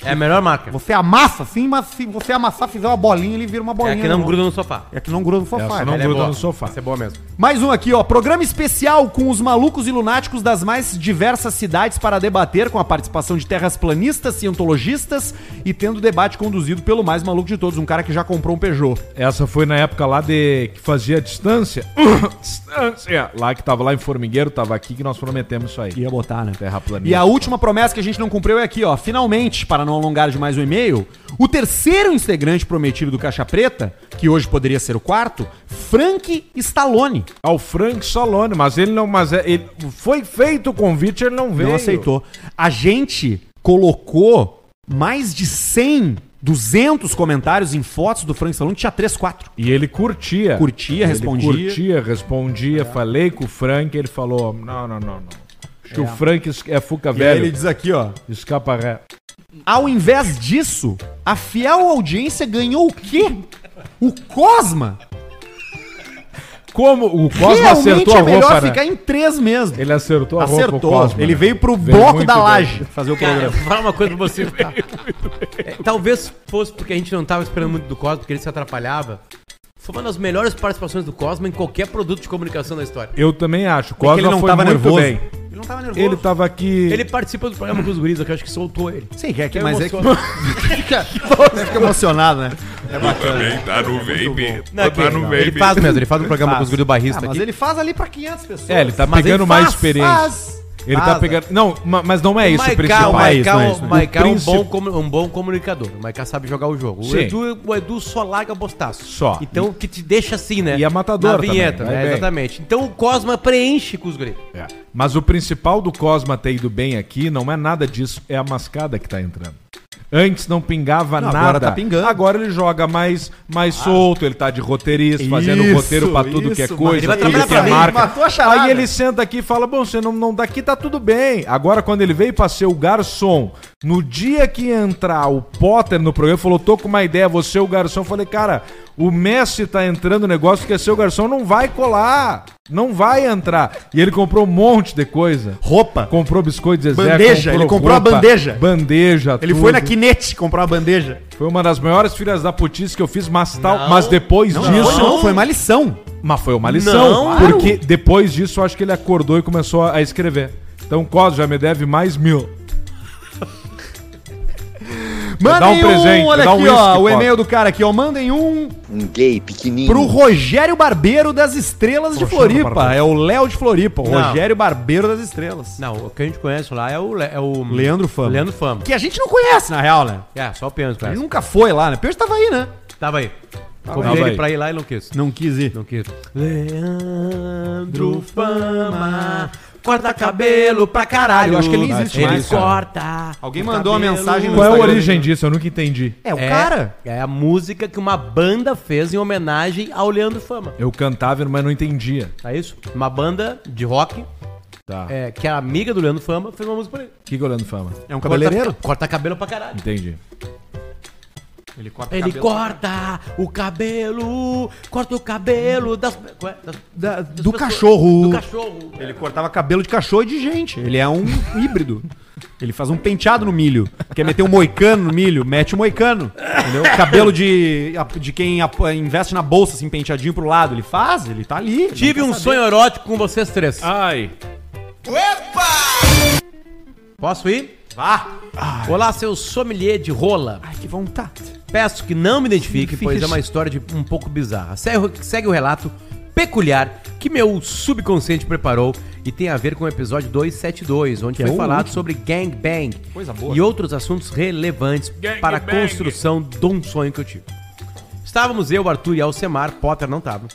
C: É a melhor marca.
A: Você amassa assim, mas se você amassar, fizer uma bolinha, ele vira uma
C: É a
A: bolinha.
C: que não
A: né?
C: gruda no sofá.
A: É que não gruda no sofá.
B: Essa
A: né?
B: não
C: Ela
B: gruda
C: boa.
B: no sofá.
C: Essa é boa mesmo.
A: Mais um aqui, ó. Programa especial com os malucos e lunáticos das mais diversas cidades para debater, com a participação de terrasplanistas, cientologistas e tendo debate conduzido pelo mais maluco de todos, um cara que já comprou um Peugeot.
B: Essa foi na época lá de que fazia distância. distância. Lá que tava lá em Formigueiro, tava aqui que nós prometemos isso aí.
A: Ia botar, né?
B: Terraplanista.
A: E a última promessa que a gente não cumpriu é aqui, ó. Finalmente, para não alongar de mais um e-mail, o terceiro integrante prometido do Caixa Preta, que hoje poderia ser o quarto, Frank Stallone.
B: Ao Frank Salone, mas ele não, mas é- ele foi feito o convite, ele não veio.
A: Não aceitou. A gente colocou mais de 100, 200 comentários em fotos do Frank Stallone. Tinha 3, 4.
B: E ele curtia.
A: Curtia,
B: ele
A: respondia. É.
B: Curtia, respondia. Falei com o Frank, ele falou: "Não, não, não, não. Acho que o Frank es- é fuca
A: E aí
B: velho.
A: ele diz aqui, ó.
B: Escapa ré.
A: Ao invés disso, a fiel audiência ganhou o quê? O Cosma?
B: Como o Cosmo
A: Realmente
B: acertou a
A: é melhor
B: roupa, né?
A: ficar em três mesmo.
B: Ele acertou a roupa. o
A: Acertou.
B: Cosmo,
A: ele
B: né?
A: veio pro
B: Veio
A: bloco
B: muito
A: da
B: bem.
A: laje fazer o
C: Cara, eu
A: programa.
C: vou falar uma coisa pra você. tá? É, Talvez fosse porque a gente não tava esperando muito do Cosmo, porque ele se atrapalhava. Foi uma das melhores participações do Cosmo em qualquer produto de comunicação da história.
B: Eu também acho. O Cosmo
A: É ele não
B: foi
A: tava
B: muito
A: nervoso.
B: bem.
A: Ele não tava nervoso.
B: Ele tava aqui.
C: Ele participa do programa com os guris, que eu acho que soltou ele.
A: Sei que é que,
C: Até
A: mas é que.
C: emocionou.
A: fica, fica emocionado, né?
E: Também tá no vape.
C: Não,
E: tá
C: não.
E: no vape.
C: Ele faz mesmo, ele faz um programa com os guris do barrista
A: Ah, mas
C: aqui.
A: ele faz ali pra 500 pessoas.
B: É, ele tá
C: Mas ele
B: pegando mais
C: faz,
B: experiência.
A: Faz.
B: Ele
A: Faz,
B: tá pegando. Não, ma- mas não é isso o
C: Maiká,
B: principal.
C: o
B: é isso,
C: Maiká,
B: não é
C: o
B: isso.
C: Maiká é um
B: principal-
C: bom, comu- um bom comunicador. O Maiká sabe jogar o jogo. O
B: Sim.
C: Edu, o Edu só larga bostaço.
B: Só.
C: Então, que te deixa assim, né?
B: E é matador
C: Na vinheta,
B: também, vai
C: né?
B: bem.
C: Exatamente. Então, o Cosma preenche com os guris.
B: É. Mas o principal do Cosma ter ido bem aqui não é nada disso, é a mascada que tá entrando. Antes não pingava
A: Não,
B: nada.
A: agora tá pingando.
B: Agora ele joga mais, mais solto, ele tá de roteirista, fazendo
A: Isso,
B: roteiro pra tudo que é
A: isso,
B: coisa,
A: ele vai
B: tudo
C: trabalhar
B: que
C: pra
B: é
C: mim,
A: matou
B: marca.
A: a charada.
B: Aí ele senta aqui e fala: Bom, você não, não daqui tá tudo bem. Agora, quando ele veio pra ser o garçom, no dia que entrar o Potter no programa, ele falou: Tô com uma ideia, você é o garçom. Eu falei: Cara, o Messi tá entrando no negócio que é seu garçom, não vai colar, não vai entrar. E ele comprou um monte de coisa.
A: Roupa.
B: Comprou biscoito de Zezé,
A: Bandeja, ele comprou a bandeja.
B: Bandeja,
A: Ele
B: tudo.
A: foi na Kinete comprar uma bandeja.
B: Foi uma das maiores filhas da putice que eu fiz, mas, tal,
C: Não.
B: mas depois disso.
A: Foi não, foi uma lição.
B: Mas foi uma lição,
C: Não,
B: porque depois disso eu acho que ele acordou e começou a a escrever. Então, Cos já me deve mais mil.
A: Mandem
B: dá um presente,
A: olha
B: dá um
A: aqui, ó,
B: whisky,
A: o
B: Potter.
A: e-mail do cara aqui, ó. Mandem um
F: Um gay pequenininho.
A: pro Rogério Barbeiro das Estrelas de
B: Rogério
A: Floripa.
B: Barbeiro.
A: É o Léo de Floripa, o
C: Não.
A: Rogério Barbeiro das Estrelas.
C: Não, o que a gente conhece lá é o... Le- É o
A: Leandro Fama.
C: Leandro Fama.
A: Que a gente não conhece, na real, né?
C: É, só o Pênis
A: Ele
C: conhece.
A: nunca foi lá, né? Peugeot tava aí, né?
C: Tava aí.
B: Tava
C: Convidei ele
B: aí.
C: pra ir lá e não quis.
A: Não quis ir.
C: Não quis. Leandro Fama... Corta cabelo pra caralho.
A: Eu acho que ele nem existe
C: ele
A: mais, cara.
C: corta.
A: Alguém
C: o
A: mandou uma
C: cabelo.
A: mensagem no
B: Qual é a
A: Instagram
B: origem
A: dele.
B: disso? Eu nunca entendi.
A: É, o
C: é,
A: cara.
C: É a música que uma banda fez em homenagem ao Leandro Fama.
B: Eu cantava, mas não entendia.
C: É isso? Uma banda de rock
B: Tá. O
C: é, que é amiga do Leandro Fama fez uma música pra ele.
B: que, que eu lembro fama?
A: É um cabeleireiro.
C: Corta, corta cabelo pra caralho.
B: Entendi.
A: Ele corta
C: Ele corta o cabelo, corta o cabelo das, qual é? Das-
A: Da-
C: das
A: do
C: pessoas-
A: cachorro.
C: Do cachorro.
A: Ele cortava cabelo de cachorro e de gente. Ele é um híbrido. Ele faz um penteado no milho. Quer meter um moicano no milho? Mete o moicano. Entendeu? Cabelo de, de quem ap- investe na bolsa, assim, penteadinho pro lado. Ele faz, ele tá ali. ele
C: Tive
A: não
C: um
A: quer saber.
C: sonho erótico com vocês três.
B: Ai.
C: Posso ir?
A: Vá!
C: Olá, seu sommelier de rola.
A: Ai, que vontade.
C: Peço que não me identifique,
A: Sim,
C: pois
A: fica-
C: é uma história de um pouco bizarra. Segue, segue o relato peculiar que meu subconsciente preparou e tem a ver com o episódio 272, onde foi falado sobre gangbang
A: Coisa boa.
C: e outros assuntos relevantes para a construção de um sonho que eu tive. Estávamos eu, Arthur e Alcemar, Potter não tava,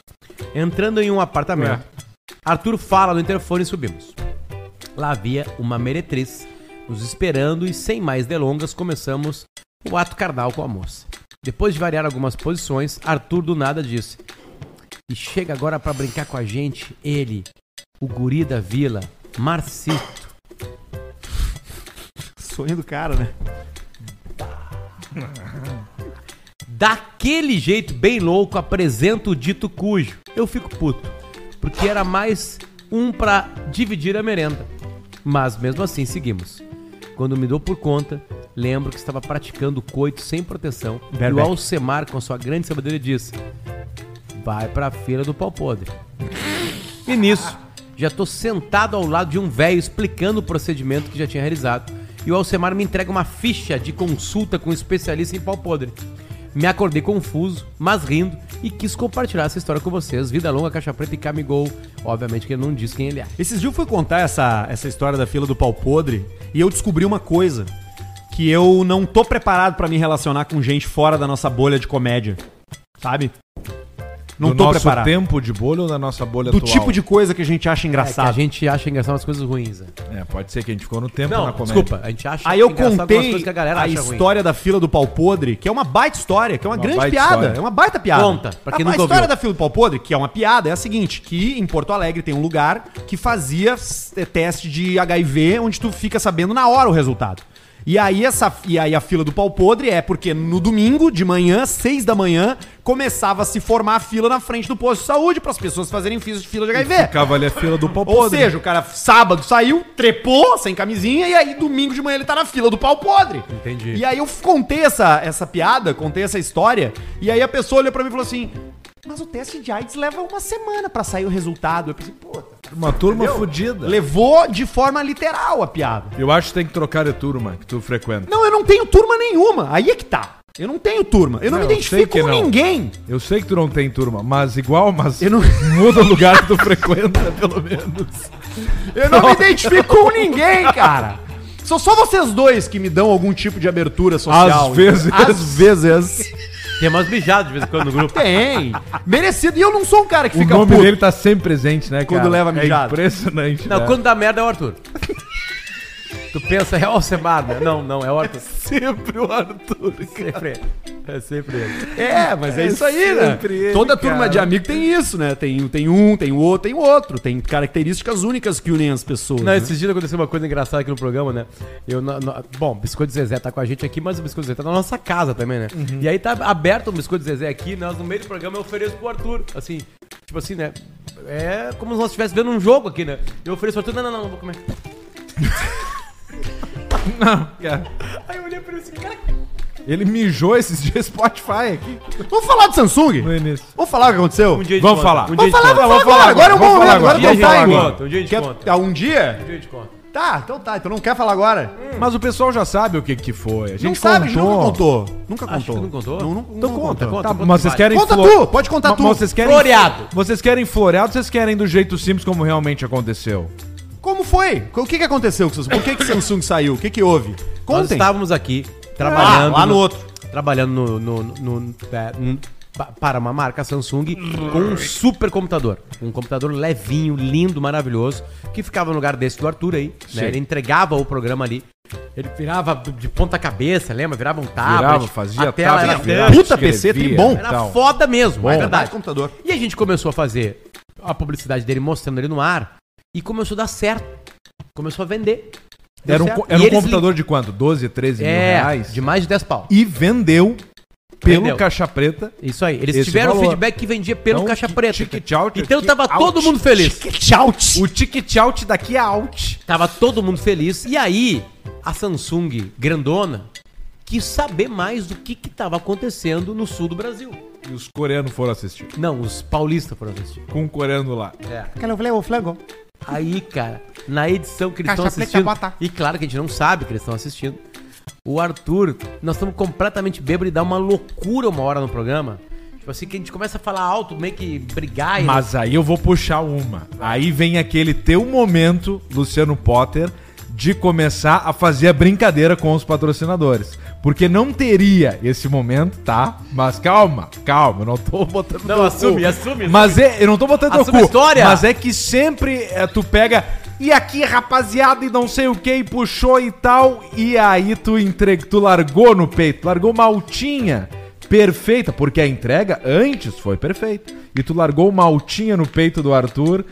C: entrando em um apartamento. Arthur fala no interfone e subimos. Lá havia uma meretriz nos esperando e sem mais delongas começamos o ato carnal com a moça. Depois de variar algumas posições, Arthur do nada disse: "E chega agora pra brincar com a gente ele, o guri da vila, Marcito".
A: Sonho do cara, né?
C: Daquele jeito bem louco apresenta o dito cujo. Eu fico puto, porque era mais um pra dividir a merenda. Mas mesmo assim seguimos. Quando me dou por conta, lembro que estava praticando coito sem proteção e o
A: Verbeck.
C: Alcemar, com sua grande sabedoria, disse: Vai pra feira do pau podre. E nisso, já tô sentado ao lado de um velho explicando o procedimento que já tinha realizado. E o Alcemar me entrega uma ficha de consulta com um especialista em pau podre. Me acordei confuso, mas rindo, e quis compartilhar essa história com vocês. Vida longa, caixa preta e camigol. Obviamente que ele não diz quem ele é.
A: Esses dias eu fui contar essa, essa história da fila do pau podre e eu descobri uma coisa. Que eu não tô preparado pra me relacionar com gente fora da nossa bolha de comédia. Sabe? Não
B: do
A: tô
B: nosso
A: preparado.
B: tempo de bolha ou da nossa bolha
A: do
B: atual?
A: tipo de coisa que a gente acha
C: É que a
A: engraçado.
C: gente acha engraçado as coisas ruins. né?
B: É, pode ser que a gente ficou no tempo
C: Não,
B: na comédia.
C: desculpa, a gente acha
A: Aí eu
C: engraçado algumas
A: contei
C: coisas que
A: a,
C: a galera acha ruim.
A: história da fila do pau podre, que é uma baita história, que é uma,
B: Uma
A: grande
B: baita
A: piada,
B: história.
A: é uma baita piada.
C: Conta, pra quem
A: a, a
C: nunca
A: história
C: ouviu.
A: da fila do pau podre, que é uma piada, é a seguinte, que em Porto Alegre tem um lugar que fazia s- eh, teste de HIV, onde tu fica sabendo na hora o resultado. E aí, essa, e aí a fila do pau podre é porque no domingo, de manhã, seis da manhã, começava a se formar a fila na frente do posto de saúde para as pessoas fazerem fila de fila de HIV.
B: Ficava ali a fila do pau
A: Ou
B: podre.
A: seja, o cara sábado saiu, trepou sem camisinha e aí domingo de manhã ele tá na fila do pau podre.
C: Entendi.
A: E aí eu contei essa, essa piada, contei essa história e aí a pessoa olhou pra mim e falou assim: Mas o teste de AIDS leva uma semana pra sair o resultado. Eu pensei, puta.
B: uma turma
A: entendeu?
B: fodida.
A: Levou de forma literal a piada.
B: Eu acho que tem que trocar de turma que tu frequenta.
A: Não, eu não tenho turma nenhuma. Aí é que tá. Eu não tenho turma. Eu não,
B: Não,
A: me
B: eu sei
A: identifico
B: que
A: com
B: não.
A: ninguém.
B: Eu sei que tu não tem turma, mas igual, mas
A: Eu não-
B: muda o lugar que tu frequenta, pelo menos.
A: Eu não me identifico com ninguém, cara. São só vocês dois que me dão algum tipo de abertura social.
B: Às vezes.
A: Às vezes.
C: Tem umas mijadas de vez em quando no grupo.
A: Tem. Merecido. E eu não sou um cara que
B: O
A: fica
B: nome dele tá sempre presente, né,
A: Quando
B: cara?
A: leva
B: É
A: mijada.
B: impressionante.
C: Não,
B: né?
C: quando dá merda é o Arthur. tu pensa, é o Alcemar, né? Não, não, é o Arthur.
B: sempre o Arthur.
C: Sempre ele. É sempre ele.
A: É, mas é, isso aí, né?
B: sempre ele,
A: Toda
B: cara.
A: turma de amigo tem isso, né? Tem, tem um, tem o outro, tem o outro. Tem características únicas que unem as pessoas.
C: Não,
A: né?
C: esses dias aconteceu uma coisa engraçada aqui no programa, né? Eu, na- na- bom, Biscoito Zezé tá com a gente aqui, mas o Biscoito Zezé tá na nossa casa também, né? E aí tá aberto o Biscoito Zezé aqui, nós no meio do programa eu ofereço pro Arthur, assim, tipo assim, né? É como se nós estivéssemos vendo um jogo aqui, né? Eu ofereço pro Arthur, não, não, não, não vou comer.
B: Cara,
C: Aí eu olhei pra ele assim, cara,
B: É. Ele mijou esses dias Spotify aqui
A: Vamos falar do Samsung?
B: no início.
A: Vamos falar o que aconteceu?
C: um dia
B: Vamos
C: conta,
B: falar.
C: Um dia
A: Vamos
C: de
A: falar,
C: conta.
A: vamos
B: Vamos
A: falar.
B: falar
A: Agora é um
B: agora,
A: bom
B: vamos
A: momento.
B: falar
A: Agora tem
C: agora.
A: um time.
C: Um dia de conta, um dia de
A: Quer-
C: conta.
A: Ah, Um dia?
C: Um dia de conta.
A: Tá, então tá. Então não quer falar agora?
B: Mas o pessoal já sabe o que que foi. A gente
A: não sabe, a gente nunca contou. Nunca
C: Acho
A: contou.
C: que não contou.
A: Não, não,
C: Então
A: não
C: conta,
A: contou.
C: Conta,
B: Tá, mas
C: conta,
B: vocês
C: vai.
B: querem
A: Conta
B: flor-
A: tu, pode contar
B: Ma-
A: tu.
B: Vocês querem
C: Floreado.
B: Vocês querem floreado, vocês querem do jeito simples como realmente aconteceu.
A: Como foi? O que, que aconteceu com o Samsung? Por que, que o Samsung saiu? O que, que houve?
C: Nós
A: Contem.
C: estávamos aqui trabalhando.
A: Ah, lá no outro.
C: Trabalhando no. no- no- no- é, n- pa- para uma marca Samsung com um super computador. Um computador levinho, lindo, maravilhoso, que ficava no lugar desse do Arthur aí.
B: Sim.
C: Né? Ele entregava o programa ali. Ele virava do- de ponta cabeça, lembra? Virava um tablet.
B: Virava, fazia
C: a tela
B: tablet,
C: era
B: virava,
C: grande,
A: Puta PC,
B: escrevia,
A: tribom.
C: Era
B: tal.
C: foda mesmo, é verdade.
A: computador.
C: E a gente começou a fazer a publicidade dele, mostrando ele no ar, e começou a dar certo. Começou a vender. Deu
B: Era um,
C: certo.
B: co- era
C: E
B: um
C: eles
B: computador de quanto? 12, 13 mil
C: É,
B: reais?
C: de mais de 10 pau.
B: E vendeu pelo
C: Vendeu.
B: caixa preta.
C: Isso aí. Eles
B: Esse
C: tiveram
B: valor.
C: feedback que vendia pelo
B: Então,
C: caixa
B: que-
C: preta.
B: tique tchau, tique
C: então tava
B: out.
C: todo mundo feliz.
A: Que tchau. tch.
B: O ticket-out daqui é out.
C: Tava todo mundo feliz. E aí, a Samsung grandona quis saber mais do que que tava acontecendo no sul do Brasil.
B: E os coreanos foram assistir.
C: Não, os paulistas foram assistir.
B: Com o coreano lá.
C: É.
A: Quero ver o flango.
C: Aí, cara, na edição que eles estão
A: Caixa preta,
C: assistindo.
A: bota.
C: E claro que a gente não sabe que eles estão assistindo. O Arthur, nós estamos completamente bêbados e dá uma loucura uma hora no programa. Tipo assim, que a gente começa a falar alto, meio que brigar e.
B: Mas aí eu vou puxar uma. Aí vem aquele teu momento, Luciano Potter, de começar a fazer a brincadeira com os patrocinadores. Porque não teria esse momento, tá? Mas calma, calma, eu não tô botando
C: Não,
B: teu
C: assume,
B: cu.
C: assume,
B: Mas é, eu não tô botando teu
C: Assume
B: cu.
C: a história.
B: Mas é que sempre é, tu pega e aqui, rapaziada, e não sei o que, e puxou e tal, e aí tu entrega, tu largou no peito, largou maltinha. Perfeita, porque a entrega antes foi perfeita. E tu largou maltinha no peito do Arthur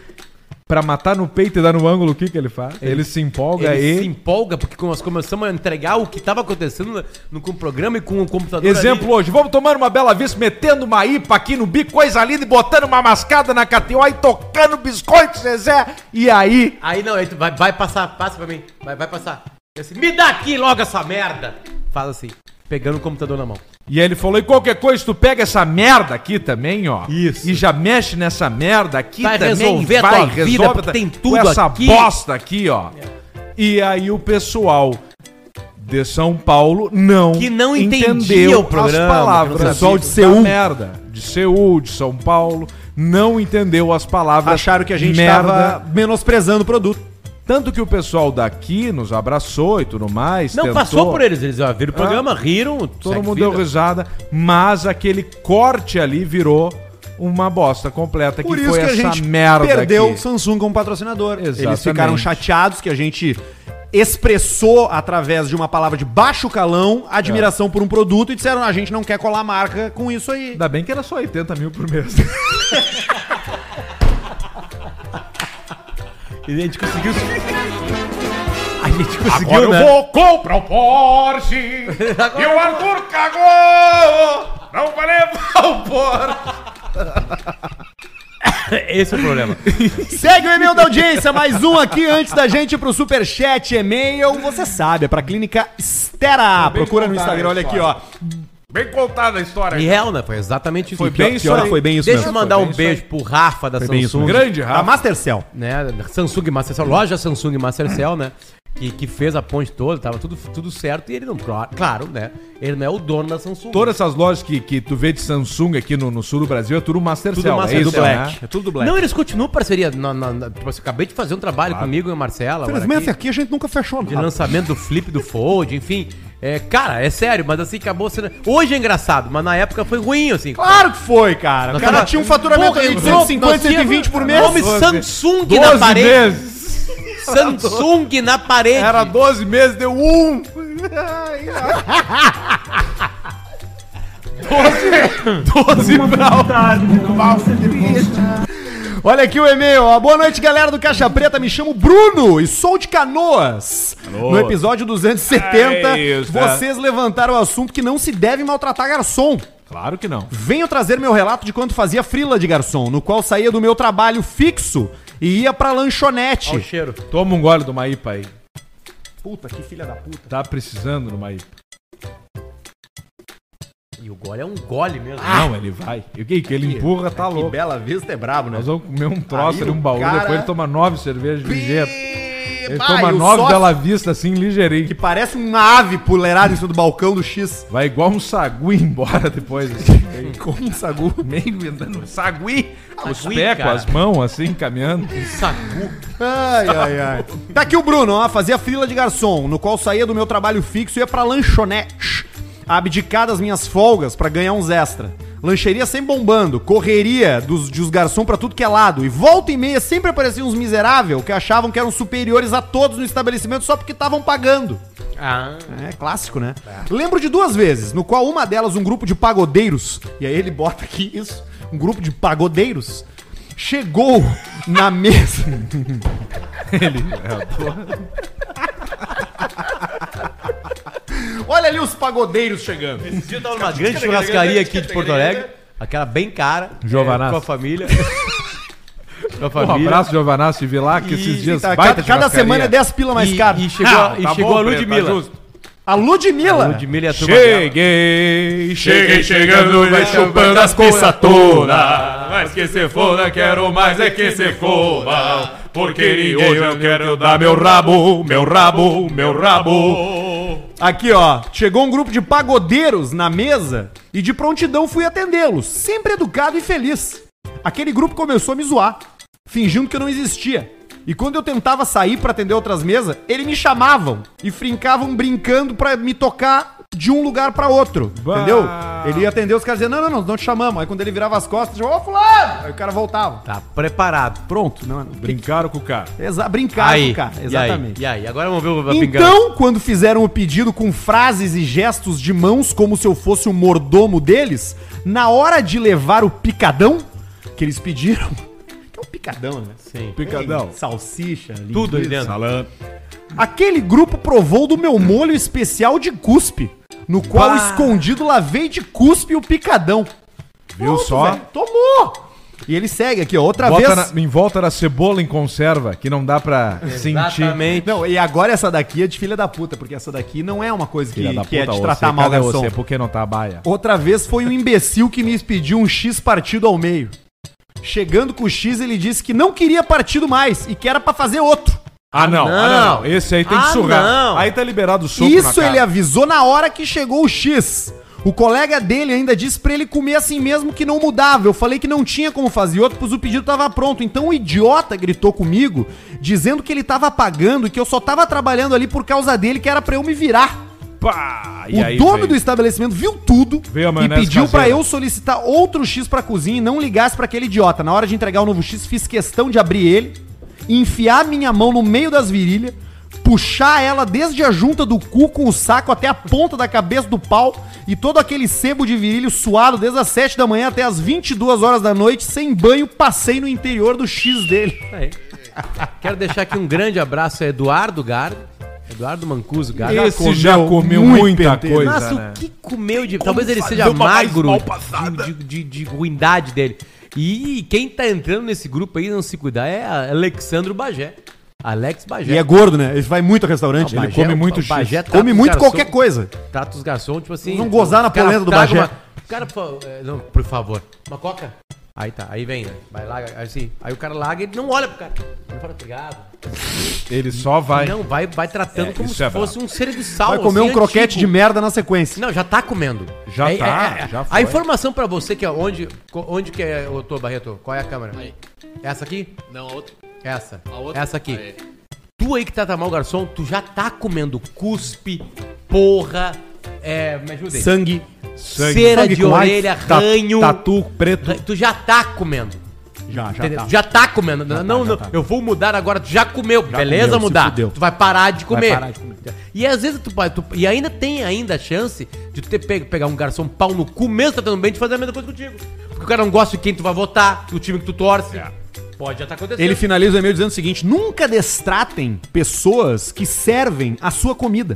B: pra matar no peito e dar no ângulo, o que que ele faz? Ele, se empolga
C: Ele se
B: e...
C: empolga porque nós começamos a entregar o que estava acontecendo no, no- com o programa e com o computador.
B: Exemplo hoje, vamos tomar uma Bela Vista, metendo uma IPA aqui no bico, coisa linda, e botando uma mascada na KTO e tocando biscoito, Zezé. E aí,
C: ali. Aí não, aí tu vai, vai passar, passa pra mim. Vai, vai passar. Eu assim, Me dá aqui logo essa merda! Faz assim, pegando o computador na mão.
B: E aí ele falou: e qualquer coisa, tu pega essa merda aqui também, ó.
C: Isso.
B: E já mexe nessa merda aqui
C: Vai
B: também.
C: resolver a tua vida, porque
B: ta-
C: tem
B: com
C: tudo
B: essa
C: aqui.
B: bosta aqui, ó. E aí o pessoal de São Paulo não
C: Que não entendia o programa,
B: as
C: que
B: palavras.
C: não
A: sabia.
B: Seul. Merda. De Seul, de São Paulo, não entendeu as palavras.
A: Acharam que a gente
B: merda.
A: tava menosprezando o produto.
B: Tanto que o pessoal daqui nos abraçou e tudo mais.
C: Não,
B: tentou.
C: passou por eles, eles ó, viram o programa, riram,
B: Todo
C: segue
B: mundo
C: vida.
B: deu risada, mas aquele corte ali virou uma bosta completa,
A: Por
B: que
A: isso
B: foi
A: que a
B: essa
A: gente
B: merda
A: perdeu o
B: aqui.
A: Samsung como patrocinador. Eles
B: Exatamente.
A: ficaram chateados que a gente expressou através de uma palavra de baixo calão admiração por um produto e disseram a gente não quer colar marca com isso aí.
B: Ainda bem que era só 80 mil por mês.
C: E a gente conseguiu. A gente conseguiu.
E: Agora eu
C: né?
E: vou comprar o Porsche e o Arthur cagou! Não vai levar o Porsche!
C: Esse é o problema.
A: Segue o e-mail da audiência, mais um aqui antes da gente ir pro superchat e-mail. Você sabe, é pra Clínica Estera. Procura no Instagram, olha aqui, ó.
E: Bem contada a história.
C: E real, né? Foi exatamente isso.
B: Foi
C: Pior-
B: bem
A: Pior
B: isso
A: que
B: aí.
A: foi bem isso
C: Deixa eu
A: mesmo.
C: mandar
B: foi
C: um
B: bem
C: beijo pro Rafa da
A: bem isso
C: Samsung.
A: mesmo.
B: Grande,
A: A
B: Rafa.
A: Mastercell.
C: né? Samsung Mastercell, loja Samsung Mastercell, né? Que, que fez a ponte toda, tava tudo, tudo certo. E ele não, cla- claro, né? Ele não é o dono da Samsung.
B: Todas essas lojas que, que tu vê de Samsung aqui no, no sul do Brasil é tudo Mastercell.
C: Tudo Mastercell,
B: é isso,
C: Black.
B: né?
A: É tudo do
C: Não, eles continuam parceria. Na, na- na- tipo, eu acabei de fazer um trabalho comigo e a Marcela. agora
A: Infelizmente
C: aqui,
A: aqui a gente nunca fechou
C: de
A: nada.
C: lançamento do Flip, do Fold, enfim. É, cara, é sério, mas assim, acabou sendo. Hoje é engraçado, mas na época foi ruim, assim.
A: Claro que foi, cara. O
C: Nós
A: cara
C: tava-
A: tinha um faturamento
C: Porra,
A: ali de
C: entrou-
A: 150,
C: nós tínhamos
A: 120 por mês.
C: Nome Samsung na
B: 12
C: parede.
B: meses.
C: Samsung na
A: É,
C: parede.
B: Era 12 meses, deu um. 12, 12 brau.
A: Olha aqui o e-mail. ó. Boa noite, galera do Caixa Preta. Me chamo Bruno e sou de Canoas. No episódio 270,
B: É isso, né?
A: vocês levantaram o assunto que não se deve maltratar garçom.
B: Claro que não.
A: Venho trazer meu relato de quando fazia frila de garçom, no qual saía do meu trabalho fixo e ia pra lanchonete.
C: Olha o cheiro.
B: Toma um gole do Maípa aí.
A: puta, que filha da puta.
B: Tá precisando do Maípa.
C: E o gole é um gole mesmo.
B: Não, ele vai. E o que que ele empurra, tá
A: Ah. Que
B: louco.
A: Bela Vista é brabo, né?
B: Nós vamos comer um troço
A: Aí
B: ali, um
A: o
B: baú,
A: cara-
B: depois ele toma nove cervejas ligeiras. Ele
A: Bah,
B: toma
A: e o
B: nove
A: sócio
B: Bela Vista, assim, ligeirinho.
A: Que parece uma ave puleirada em cima do balcão do X.
B: Vai igual um sagui embora depois. assim.
A: Como um sagu.
B: Meio andando um sagui. Os
C: Sagui,
B: pés com
C: cara.
B: as mãos, assim, caminhando.
C: Sagu.
A: Ai, ai, ai. Tá aqui o Bruno, ó, fazia fila de garçom, no qual saía do meu trabalho fixo e ia pra lanchonete, abdicar das minhas folgas pra ganhar uns extra. Lancheria sempre bombando, correria dos, dos garçom pra tudo que é lado, e volta e meia sempre apareciam uns miseráveis que achavam que eram superiores a todos no estabelecimento só porque estavam pagando.
C: Ah.
A: É clássico, né? Lembro de duas vezes, no qual uma delas um grupo de pagodeiros, e aí ele bota aqui isso, um grupo de pagodeiros chegou na mesa. Olha ali os pagodeiros chegando.
C: Esse dia eu tava numa grande churrascaria aqui de Porto Alegre. Aquela bem cara.
B: Giovanazzi.
C: é, Com a família. com a
B: Um
C: família.
B: abraço, Giovanassi Vilar, que esses
C: E-
B: dias
A: Tá,
B: baita
A: cada, cada
B: churrascaria.
A: semana é 10 pila mais
C: e,
A: caro.
C: E chegou, a- e
B: Tá
C: chegou
B: bom,
C: a
B: Breno, tá
C: Ludmilla.
B: justo.
A: A Ludmilla.
C: Ludmilla é a turma dela.
B: Cheguei, cheguei chegando, vai chupando as coisas todas. Mas que se foda, quero mais é que se foda. Porque hoje eu quero dar meu rabo, meu rabo, meu rabo.
A: Aqui, ó. Chegou um grupo de pagodeiros na mesa e de prontidão fui atendê-los, sempre educado e feliz. Aquele grupo começou a me zoar, fingindo que eu não existia. E quando eu tentava sair pra atender outras mesas, eles me chamavam e frincavam brincando pra me tocar de um lugar pra outro.
B: Bah.
A: Entendeu? Ele ia atender os caras dizendo: "Não, não, não, não te chamamos". Aí quando ele virava as costas, eu, "Ô, fulano!" Aí o cara voltava.
C: Tá preparado.
A: Pronto, não, não.
B: Brincaram com o cara.
A: Exa brincado,
C: aí,
A: cara.
C: exatamente.
A: Exatamente.
C: E aí, e aí? Agora vamos ver o
A: Então, quando fizeram o pedido com frases e gestos de mãos como se eu fosse o mordomo deles, na hora de levar o picadão que eles pediram, que é um picadão, né?
C: Sim.
B: Picadão.
A: Salsicha, linguiça.
C: Tudo ali dentro.
E: Salame.
A: Aquele grupo provou do meu molho especial de cuspe, no qual
C: Bah.
A: escondido lavei de cuspe o picadão.
B: Viu
A: Pronto,
B: só?
A: velho, tomou! E ele segue aqui, ó, outra
B: Bota
A: vez.
B: na- em volta da cebola em conserva, que não dá pra sentir.
C: Exatamente.
A: Não, e agora essa daqui é de filha da puta, porque essa daqui não é uma coisa que,
B: Filha da
A: que é
B: puta,
A: de
B: você,
A: tratar
B: cadê
A: mal, garçom.
B: você, porque não tá a baia.
A: Outra vez foi um imbecil que me pediu um X partido ao meio. Chegando com o X, ele disse que não queria partido mais e que era pra fazer outro.
B: Ah não, ah, não, não. Esse aí tem que
C: Ah,
B: surrar.
C: não.
B: Aí tá liberado o soco na
A: Isso
B: cara.
A: ele avisou na hora que chegou o X. O colega dele ainda disse pra ele comer assim mesmo que não mudava. Eu falei que não tinha como fazer outro, pois o pedido tava pronto. Então o idiota gritou comigo, dizendo que ele tava pagando e que eu só tava trabalhando ali por causa dele, que era pra eu me virar.
B: Pá,
A: é- o dono do
B: veio.
A: estabelecimento viu tudo
B: Veio a
A: e
B: maionese
A: pediu pra
B: caseira.
A: eu solicitar outro X pra cozinha e não ligasse pra aquele idiota. Na hora de entregar o novo X, fiz questão de abrir ele, enfiar minha mão no meio das virilhas, puxar ela desde a junta do cu com o saco até a ponta da cabeça do pau e todo aquele sebo de virilho suado desde as 7 da manhã até as 22 horas da noite, sem banho, passei no interior do X dele.
C: Aí. Quero deixar aqui um grande abraço a Eduardo Gardo. Eduardo Mancuso Gardo.
B: Esse já comeu
A: muito
B: muita
A: penteiro.
B: coisa,
C: Nossa,
B: né?
C: o que comeu de. Talvez ele seja magro de, de, de- de ruindade dele. E quem tá entrando nesse grupo aí, não se cuidar, é a- Alexandro Bagé. Alex Bagé.
A: E é gordo, né? Ele vai muito ao restaurante,
C: Bagé,
A: ele come muito
C: o
A: X.
C: Bagé
B: é,
C: trata
A: come
C: os
A: muito
C: garçom-
A: qualquer coisa.
C: Trata os garçons, tipo assim.
A: Vocês vão gozar na
C: cara,
A: polenta do
C: traga
A: Bagé.
C: uma- cara, por, favor, é, não, por favor, uma coca? Aí tá, aí vem, né? Vai lá, assim. Aí o cara larga e ele não olha pro cara. Ele fala, obrigado.
B: Ele só vai.
C: Não, vai, vai tratando
B: É,
C: como
B: isso
C: se
B: é
C: fosse um serviçal.
B: Ah,
A: Vai comer um
C: assim,
A: croquete de
C: antigo.
A: merda na sequência.
C: Não, já tá comendo. é,
B: Já tá, já foi.
C: A informação pra você que é onde, co- onde que é o Tô Barreto? Qual é a câmera? Essa aqui?
F: Não, a outra.
C: Essa.
F: A outra?
C: Essa aqui.
F: Aí.
C: Tu aí que trata mal o garçom, tu já tá comendo cuspe, porra, é, me ajuda aí.
A: Sangue.
C: Cera
A: Sangue
C: de
A: com
C: orelha,
A: AIDS, ta-
C: ranho.
B: Tatu preto.
C: Ra- Tu já tá comendo.
A: Já, já
C: entendeu?
A: tá.
C: Já tá comendo. não, não, não, eu vou mudar agora. Tu já comeu. Beleza,
A: comeu, se
C: mudar.
A: fudeu.
C: Tu vai parar de comer.
A: parar de comer.
C: E às vezes tu, vai- tu- E ainda tem ainda a chance de tu ter pego, pegar um garçom pau no cu, mesmo tratando bem, de fazer a mesma coisa contigo. Porque o cara não gosta de quem tu vai votar, do time que tu torce. Pode já tá acontecendo.
A: Ele finaliza o e-mail dizendo o seguinte: nunca destratem pessoas que servem a sua comida.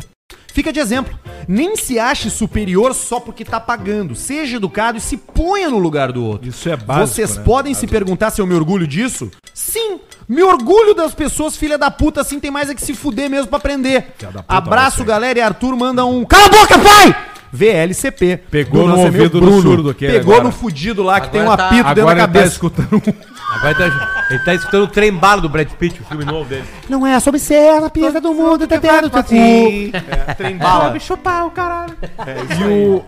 A: Fica de exemplo. Nem se ache superior só porque tá pagando. Seja educado e se ponha no lugar do outro.
B: Isso é básico,
A: Vocês
B: né?
A: podem se perguntar se eu me orgulho disso? Sim! Me orgulho das pessoas, filha da puta, assim tem mais é que se fuder mesmo pra aprender.
B: Filha da puta,
A: Abraço,
B: você.
A: galera, e Arthur manda um. Cala a boca, pai! VLCP.
B: Pegou
A: Do
B: no
A: nosso e-mail,
B: ouvido do
A: Bruno.
B: surdo aquele
A: Pegou
B: agora.
A: no fudido lá que
C: Agora
A: tem um
C: tá-
A: apito dentro da
B: Agora ele tá
A: cabeça.
B: escutando um...
C: Agora ele tá, ele tá escutando o trem bala do Brad Pitt, o filme novo dele.
A: Não é, só observa a piada do mundo, tá tendo teu
B: um
A: cu. Trem bala.
B: chupar o caralho. e o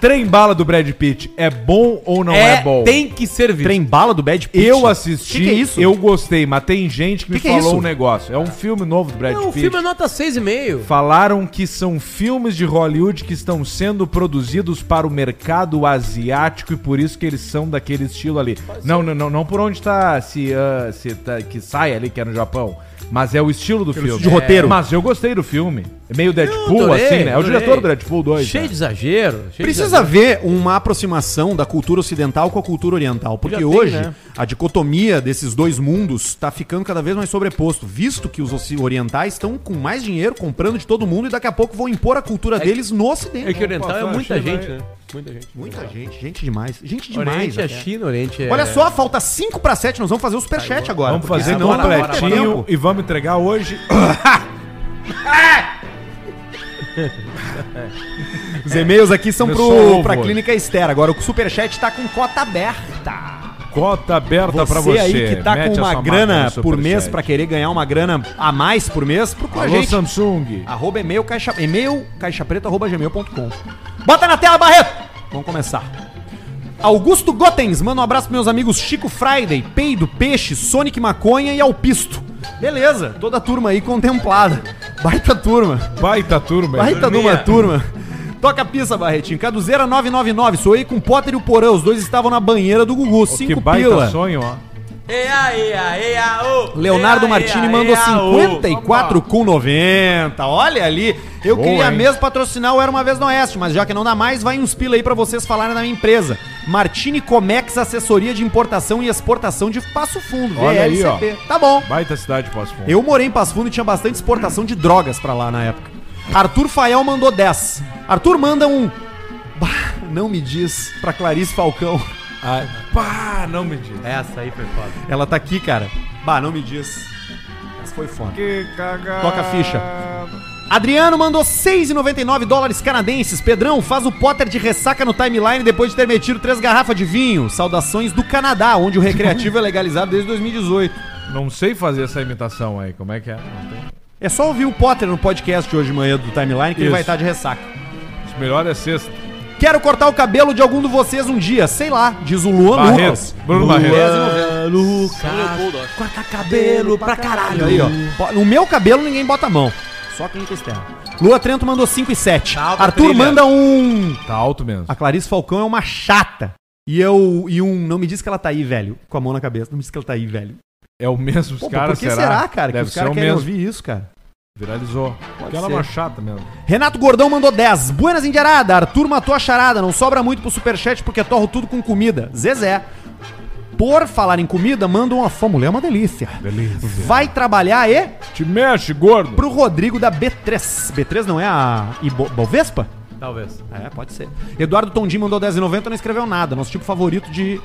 B: trem bala do Brad Pitt é bom ou não é, bom?
C: Tem que servir.
A: Trem bala do Bad Pitt?
B: Eu assisti,
A: Que que é isso?
B: eu gostei, mas tem gente que,
A: Que
B: me
A: que é
B: falou
A: isso?
B: um negócio. É um filme novo do Brad
C: Não, o
B: Pitt.
C: filme é nota 6,5.
B: Falaram que são filmes de Hollywood que estão sendo produzidos para o mercado asiático e por isso que eles são daquele estilo ali. Não, não, não, não por onde tá se, ah, se tá- que sai ali que é no Japão, mas é o estilo do filme.
A: estilo de roteiro.
B: É, Mas eu gostei do filme. É meio Deadpool
C: adorei,
B: assim, né? É o
C: adorei.
B: diretor do Deadpool 2.
C: Cheio
B: né?
C: de exagero. cheio de
A: Precisa
C: exagero.
A: haver uma aproximação da cultura ocidental com a cultura oriental, porque
C: Já tem,
A: hoje
C: né?
A: a dicotomia desses dois mundos está ficando cada vez mais sobreposto, visto que os oci- orientais estão com mais dinheiro comprando de todo mundo e daqui a pouco vão impor a cultura deles no ocidente.
C: É que oriental é
B: Opa,
C: muita
B: achei
C: gente,
B: mais-
C: né? Muita gente.
A: Muita gente, gente demais, gente demais.
C: Oriente é
A: até.
C: China, Oriente é...
A: Olha só, falta 5 para 7, nós vamos fazer o superchat agora.
B: Vamos
A: porque
B: fazer
A: senão não vai ter
B: completinho
A: tempo.
B: e vamos entregar hoje.
A: Os e-mails aqui são
B: Começou
A: pro,
B: ovo
A: pra
B: hoje.
A: Clínica Estera. Agora o Superchat tá com cota aberta.
B: Cota aberta pra
A: Você
B: você.
A: aí que tá
B: Mete
A: com
B: a sua
A: uma
B: marca
A: grana
B: no
A: por mês
B: superchat.
A: pra querer ganhar uma grana a mais por mês, procura a
B: Alô,
A: gente.
B: Samsung.
A: Arroba e-mail, caixa, e-mail caixapreta, arroba gmail.com. Bota na tela, Barreto! Vamos começar. Augusto Gotens, manda um abraço pros meus amigos Chico Friday, Peido, Peixe, Sonic Maconha e Alpisto. Beleza, toda a turma aí contemplada. Baita turma.
B: Baita turma.
A: Baita
B: turminha.
A: tá numa turma. Toca a pista, Barretinho. Caduzeira 999. Soei com Potter e o Porã. Os dois estavam na banheira do Gugu.
B: Que
A: Cinco
B: baita
A: pila.
B: sonho, ó.
C: Ea, ea, ea, ô.
A: Leonardo
C: Ea,
A: Martini
C: ea,
A: mandou
C: ea, ô.
A: 54 com 90. Olha ali. Eu
B: Boa,
A: queria
B: hein?
A: mesmo patrocinar o Era Uma Vez no Oeste, mas já que não dá mais, vai uns pila aí pra vocês falarem na minha empresa. Martini Comex Assessoria de Importação e Exportação de Passo Fundo.
B: Olha aí, ó.
A: VLCP. Tá bom.
B: Baita cidade Passo Fundo.
A: Eu morei em Passo Fundo e tinha bastante exportação de drogas pra lá na época. Arthur Fael mandou 10. Arthur manda um. Bah, não me diz pra Clarice Falcão.
B: Ah, pá, não me diga.
C: Essa aí foi foda.
A: Ela tá aqui, cara. Bah, não me diz. Mas foi foda.
B: Que cagada.
A: Toca a ficha. Adriano mandou 6,99 dólares canadenses. Pedrão, faz o Potter de ressaca no timeline depois de ter metido três garrafas de vinho. Saudações do Canadá, onde o recreativo é legalizado desde 2018.
B: Não sei fazer essa imitação aí. Como é que é? Não tem.
A: É só ouvir o Potter no podcast hoje de manhã do timeline que ele
B: Isso.
A: vai estar de ressaca.
B: O melhor é sexta.
A: Quero cortar o cabelo de algum de vocês um dia, sei lá, diz o Luan
B: Barreto.
A: Lucas.
B: Bruno Barreto.
C: Lucas, corta cabelo pra caralho.
A: Aí, ó. Bo- No meu cabelo ninguém bota a mão. Só clínica externa. Lua Trento mandou 5 e 7.
C: Salva,
A: Arthur
C: trilha.
A: manda um.
B: Tá alto mesmo.
A: A Clarice Falcão é uma chata. E eu. E um. Não me diz que ela tá aí, velho. Com a mão na cabeça. Não me diz que ela tá aí, velho.
B: É o mesmo os
A: Pô,
B: caras,
A: por que será, cara?
B: Deve
A: que os
B: ser
A: caras
B: o
A: querem
B: mesmo.
A: ouvir isso, cara.
B: Viralizou. Porque ela é
A: ser.
B: uma chata mesmo.
A: Renato Gordão mandou 10. Buenas Indiarada, Arthur matou a charada. Não sobra muito pro superchat porque torro tudo com comida. Zezé. Por falar em comida, manda uma fã. Mulher é uma delícia.
B: Delícia.
A: Vai trabalhar e
B: Te mexe, gordo.
A: pro Rodrigo da B3. B3 não é a Ibo Bovespa?
C: Talvez.
A: É, pode ser. Eduardo Tondim mandou 10,90 não escreveu nada. Nosso tipo favorito de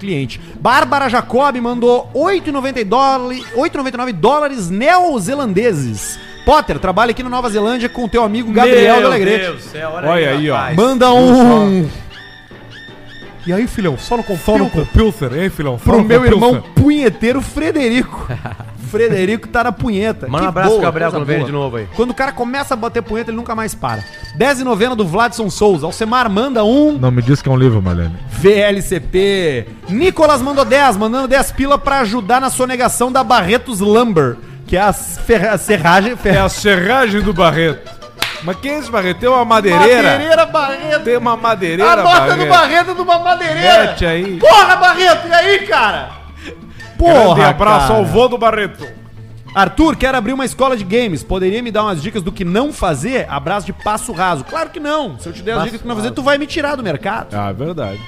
A: cliente. Bárbara Jacob mandou 8,90 dólares- 8,99 dólares neozelandeses. Potter, trabalha aqui na Nova Zelândia com teu amigo Gabriel do Alegrete.
C: do céu,
B: Olha aí, ó.
C: rapaz.
A: Manda um. E aí, filhão, só no
B: Fala
A: confio
B: com o Pilfer, hein, filhão? Fala
A: pro
B: com
A: meu
B: o
A: irmão
B: Pilfer.
A: punheteiro Frederico. Frederico tá na punheta.
C: Manda um
A: Que
C: abraço pro
A: boa,
C: Gabriel
A: coisa
C: quando vem
A: boa.
C: de novo aí.
A: Quando o cara começa a bater punheta, ele nunca mais para. 10 e novena do Vladson Souza. Alcemar manda um.
B: Não me diz que é um livro, Marlene.
A: VLCP. Nicolas mandou 10, mandando 10 pila pra ajudar na sonegação da Barretos Lumber, que é a ferra- serragem.
B: É
A: Ferra
B: a serragem do Barreto. Mas que é esse Barreto? Tem uma madeireira.
A: Barreto.
B: Tem uma madeireira,
A: Barreto numa madeireira.
B: Mete aí.
A: Porra, Barreto, e aí, cara?
B: Porra,
A: Porra,
B: abraço
A: cara.
B: ao vô do Barreto.
A: Arthur, quero abrir uma escola de games. Poderia me dar umas dicas do que não fazer? Abraço de passo raso. Claro que não. Se eu te der as
C: Passo
A: dicas do que não fazer, tu vai me tirar do mercado.
B: Ah, verdade.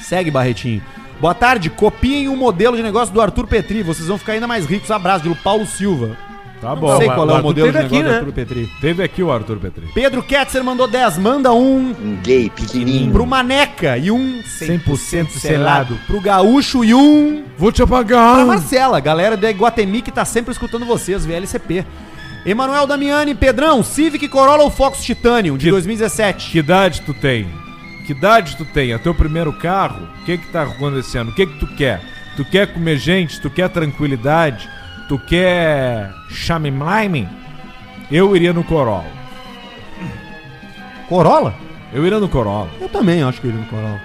A: Segue, Barretinho. Boa tarde. Copiem o modelo de negócio do Arthur Petri. Vocês vão ficar ainda mais ricos. Abraço do Paulo Silva.
B: Tá
A: não
B: bom.
A: sei
C: o
A: qual é o
C: Arthur
A: modelo de
C: teve
A: negócio
C: aqui,
A: do
C: né?
A: Arthur Petri.
B: Teve aqui o Arthur Petri.
A: Pedro Ketzer mandou 10. Manda um
D: Um gay pequenininho.
A: pro Maneca e um
B: 100%
A: pro Gaúcho e um...
B: Vou te apagar.
A: Pra Marcela, galera da Iguatemi que tá sempre escutando vocês, VLCP. Emanuel Damiani, Pedrão, Civic Corolla ou Fox Titanium, de
B: Que-
A: 2017.
B: Que idade tu tem? Que idade tu tem? É teu primeiro carro? O que que tá acontecendo? O que que tu quer? Tu quer comer gente? Tu quer tranquilidade? Tu quer chamimlime? Eu iria no Corolla.
A: Corolla?
B: Eu iria no Corolla.
A: Eu também acho que
B: é um
A: ele no Corolla.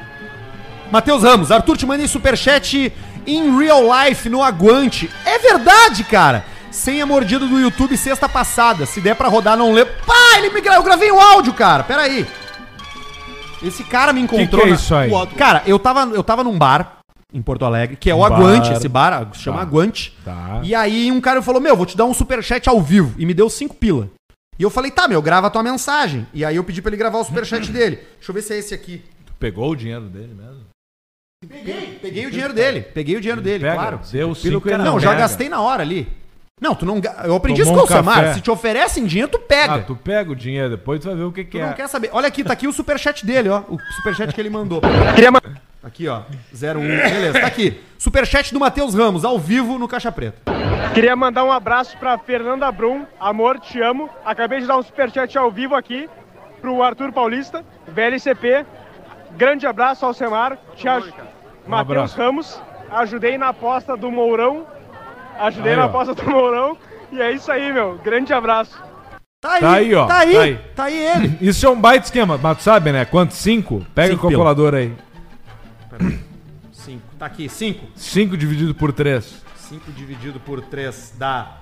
A: Matheus Ramos, Arthur, te mandei superchat in real life no aguante. É verdade, cara! Sem a mordida do YouTube sexta passada. Se der pra rodar, não lê. Pá, ele me gra... Eu gravei o áudio, cara. Pera aí. Esse cara me encontrou.
B: que é
A: na-
B: isso aí?
A: o áudio- Cara, eu tava, eu tava num bar em Porto Alegre, que é o
B: Um
A: Aguante,
B: bar.
A: esse bar, se chama
B: Tá.
A: Aguante.
B: Tá.
A: E aí um cara falou: Meu, vou te dar um superchat ao vivo. E me deu cinco pila. E eu falei: Tá, meu, grava a tua mensagem. E aí eu pedi pra ele gravar o superchat dele. Deixa eu ver se é esse aqui.
B: Tu pegou o dinheiro dele mesmo?
A: Peguei o dinheiro dele. Peguei o dinheiro dele,
B: Pega,
A: claro.
B: Deu
A: Pelo
B: cinco,
A: que
B: ele
A: não, já
B: pega.
A: gastei na hora ali. Não, tu não. ga- Eu aprendi isso
B: Tomou um
A: com o Samar.
B: café.
A: Se te oferecem dinheiro, tu pega.
B: Ah, tu pega o dinheiro, depois tu vai ver o que que
A: Tu
B: é.
A: não quer saber. Olha aqui, tá aqui o superchat dele, ó. O superchat que ele mandou. Tá Aqui, ó. 01. Beleza, tá aqui. Superchat do Matheus Ramos, ao vivo no Caixa Preta.
F: Queria mandar um abraço pra Fernanda Brum, amor, te amo. Acabei de dar um superchat ao vivo aqui pro Arthur Paulista, VLCP. Grande abraço ao Semar. Te, aj- Matheus
B: Um abraço.
F: Ramos. Ajudei na aposta do Mourão. Ajudei
B: Aí,
F: na
B: ó.
F: aposta do Mourão. E é isso aí, meu. Grande abraço.
B: Tá aí, ó,
A: Tá aí,
B: tá aí.
A: tá aí ele.
B: Isso é um baita esquema, mas tu sabe, né? Quanto? Cinco? Pega
A: Cinco
B: o calculador aí.
A: Cinco. Tá aqui, 5.
B: Cinco dividido por três.
A: 5 dividido por 3 dá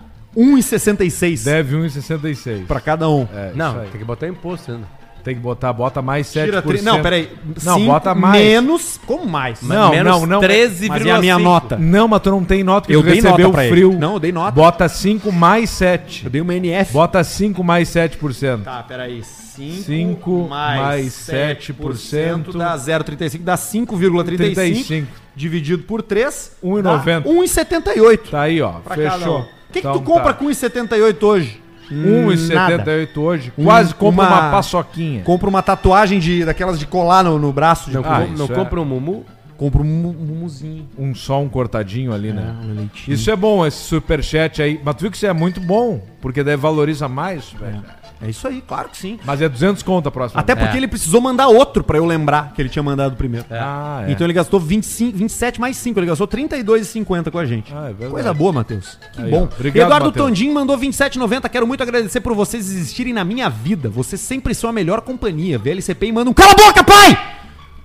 A: 1,66
B: Deve 1,66.
A: pra cada um.
C: Não, tem que botar né? imposto ainda.
B: Tem que botar, bota mais 7%.
A: Tira 3. Não, peraí.
B: Não,
A: Cinco
B: bota mais.
A: Menos, como mais?
B: Não, não, não.
C: 13,5.
A: Mas é a minha nota.
B: Não, mas tu não tem nota porque
A: Eu
B: tu
A: dei nota
B: recebeu
A: pra ele.
B: frio.
A: Não, eu dei nota.
B: Bota 5 mais
A: Eu
B: 7.
A: dei uma NF.
B: Bota 5 mais 7%.
A: Tá, peraí. 5,
B: Cinco mais
A: 7% dá 0,35, dá 5,35
B: 35.
A: dividido por um 3,
B: 1,90.
A: 1,78.
B: Tá aí, ó.
A: pra cada
B: fechou.
A: um.
B: Então tá.
A: O que, que tu compra com 1,78 hoje?
B: 1,78 hoje?
A: Um-
B: Quase compra uma,
A: uma
B: paçoquinha.
A: Compra uma tatuagem de, daquelas de colar no, no braço. De,
C: Não,
B: Ah,
C: com- não
B: isso é.
C: compra um mumu.
A: Compra um mu- mumuzinho.
B: Um só um cortadinho ali, né?
A: um leitinho.
B: Isso é bom, esse superchat aí. Mas tu viu que isso é muito bom, porque daí valoriza mais, velho.
A: É isso aí, claro que sim.
B: Mas é 200 conto a próxima.
A: Até porque
C: É.
A: ele precisou mandar outro pra eu lembrar que ele tinha mandado primeiro.
B: Ah, é.
A: Então ele gastou 25, 27 mais 5, ele gastou 32,50 com a gente.
B: Ah, é verdade.
A: Coisa boa, Matheus. Que
B: Aí,
A: bom.
B: ó. Obrigado,
A: Eduardo
B: Matheus.
A: Tondim mandou 27,90. Quero muito agradecer por vocês existirem na minha vida. Vocês sempre são a melhor companhia. VLCP e manda um cala a boca, pai!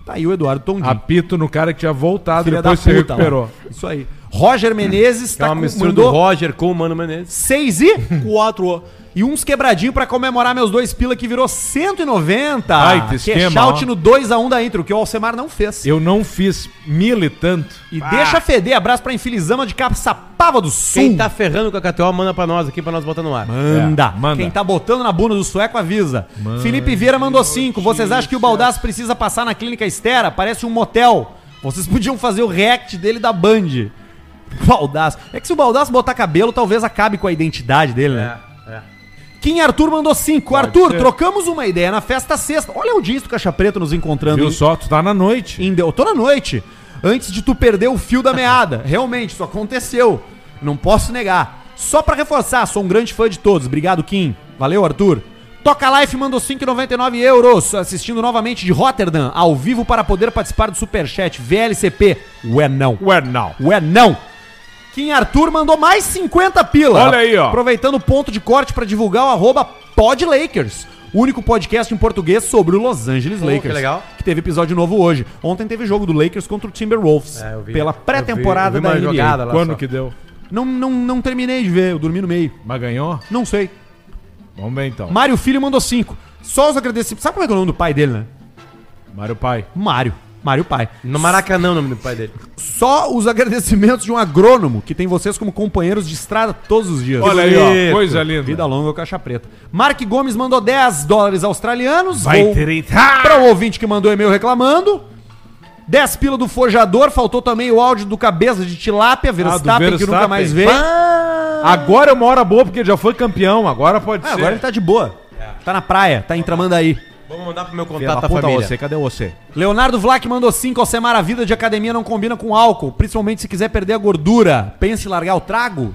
A: Tá aí o Eduardo Tondim.
B: Apito no cara que tinha voltado e
A: Filha
B: depois se
A: puta,
B: recuperou.
A: lá. Isso aí. Roger Menezes
C: Que
A: tá
C: é uma
A: com-
C: mistura do
A: mandou
C: Roger com o Mano Menezes.
A: 6 e 4. E uns quebradinho pra comemorar meus dois pila que virou 190.
B: Baita
A: que é
B: esquema,
A: shout
B: ó.
A: no 2x1 da intro, que o Alcemar não fez.
B: Eu não fiz mil e tanto.
A: E deixa feder. Abraço pra Infilizama de Caçapava do Sul.
C: Quem tá ferrando com a KTO, manda pra nós aqui pra nós botar no ar.
A: Manda.
B: É, manda.
A: Quem tá botando na bunda do sueco avisa. Felipe Vieira mandou cinco. Vocês acham que o Baldaço precisa passar na clínica Estera? Parece um motel. Vocês podiam fazer o react dele da Band. Baldaço. É que se o Baldaço botar cabelo, talvez acabe com a identidade dele, né? Kim Arthur mandou cinco. Arthur,
B: É, ser.
A: trocamos uma ideia na festa sexta. Olha o disco Caixa Preta nos encontrando.
B: Viu
A: em-
B: só? Tu tá na noite.
A: em deu toda noite, antes de tu perder o fio da meada. Realmente, isso aconteceu. Não posso negar. Só pra reforçar, sou um grande fã de todos. Obrigado, Kim. Valeu, Arthur. Toca Life mandou 5,99 euros, assistindo novamente de Rotterdam, ao vivo para poder participar do Superchat VLCP. Ué, não.
B: Ué, não.
A: Ué, não. Kim Arthur mandou mais 50 pila.
B: Olha aí, ó.
A: Aproveitando o ponto de corte para divulgar o arroba PodLakers. O único podcast em português sobre o Los Angeles Lakers.
C: Oh, que legal.
A: que teve episódio novo hoje. Ontem teve jogo do Lakers contra o Timberwolves.
C: É, eu vi.
A: Pela pré-temporada
C: Eu vi- eu
A: da
C: vi uma
A: NBA.
C: jogada lá
B: Quando
C: só.
B: que deu?
A: Não, não, não terminei de ver, eu dormi no meio.
B: Mas ganhou?
A: Não sei.
B: Vamos ver então.
A: Mário Filho mandou cinco. Só os agradecimentos. Sabe como é que é o nome do pai dele, né?
B: Mário Pai.
A: Mário. Mário Pai.
C: No Maracanã é o nome do pai dele.
A: Só os agradecimentos de um agrônomo que tem vocês como companheiros de estrada todos os dias.
B: Olha aí, ó. Coisa linda.
A: Vida longa ou caixa preta. Mark Gomes mandou 10 dólares australianos. Vou-
B: treitar.
A: Para o ouvinte que mandou e-mail reclamando. 10 pila do forjador. Faltou também o áudio do cabeça de tilápia, Verstappen, que
B: Ah, Verstappen.
A: nunca mais veio.
B: Agora é uma hora boa, porque ele já foi campeão. Agora pode
A: Ah,
B: ser.
A: agora ele tá de boa. Tá na praia, tá em Tramandaí.
C: Vamos mandar pro meu
B: Pela
C: contato da
B: puta,
C: família.
B: você, cadê você?
A: Leonardo Vlack mandou 5. Alcemar, a vida de academia não combina com álcool, principalmente se quiser perder a gordura. Pense em largar o trago?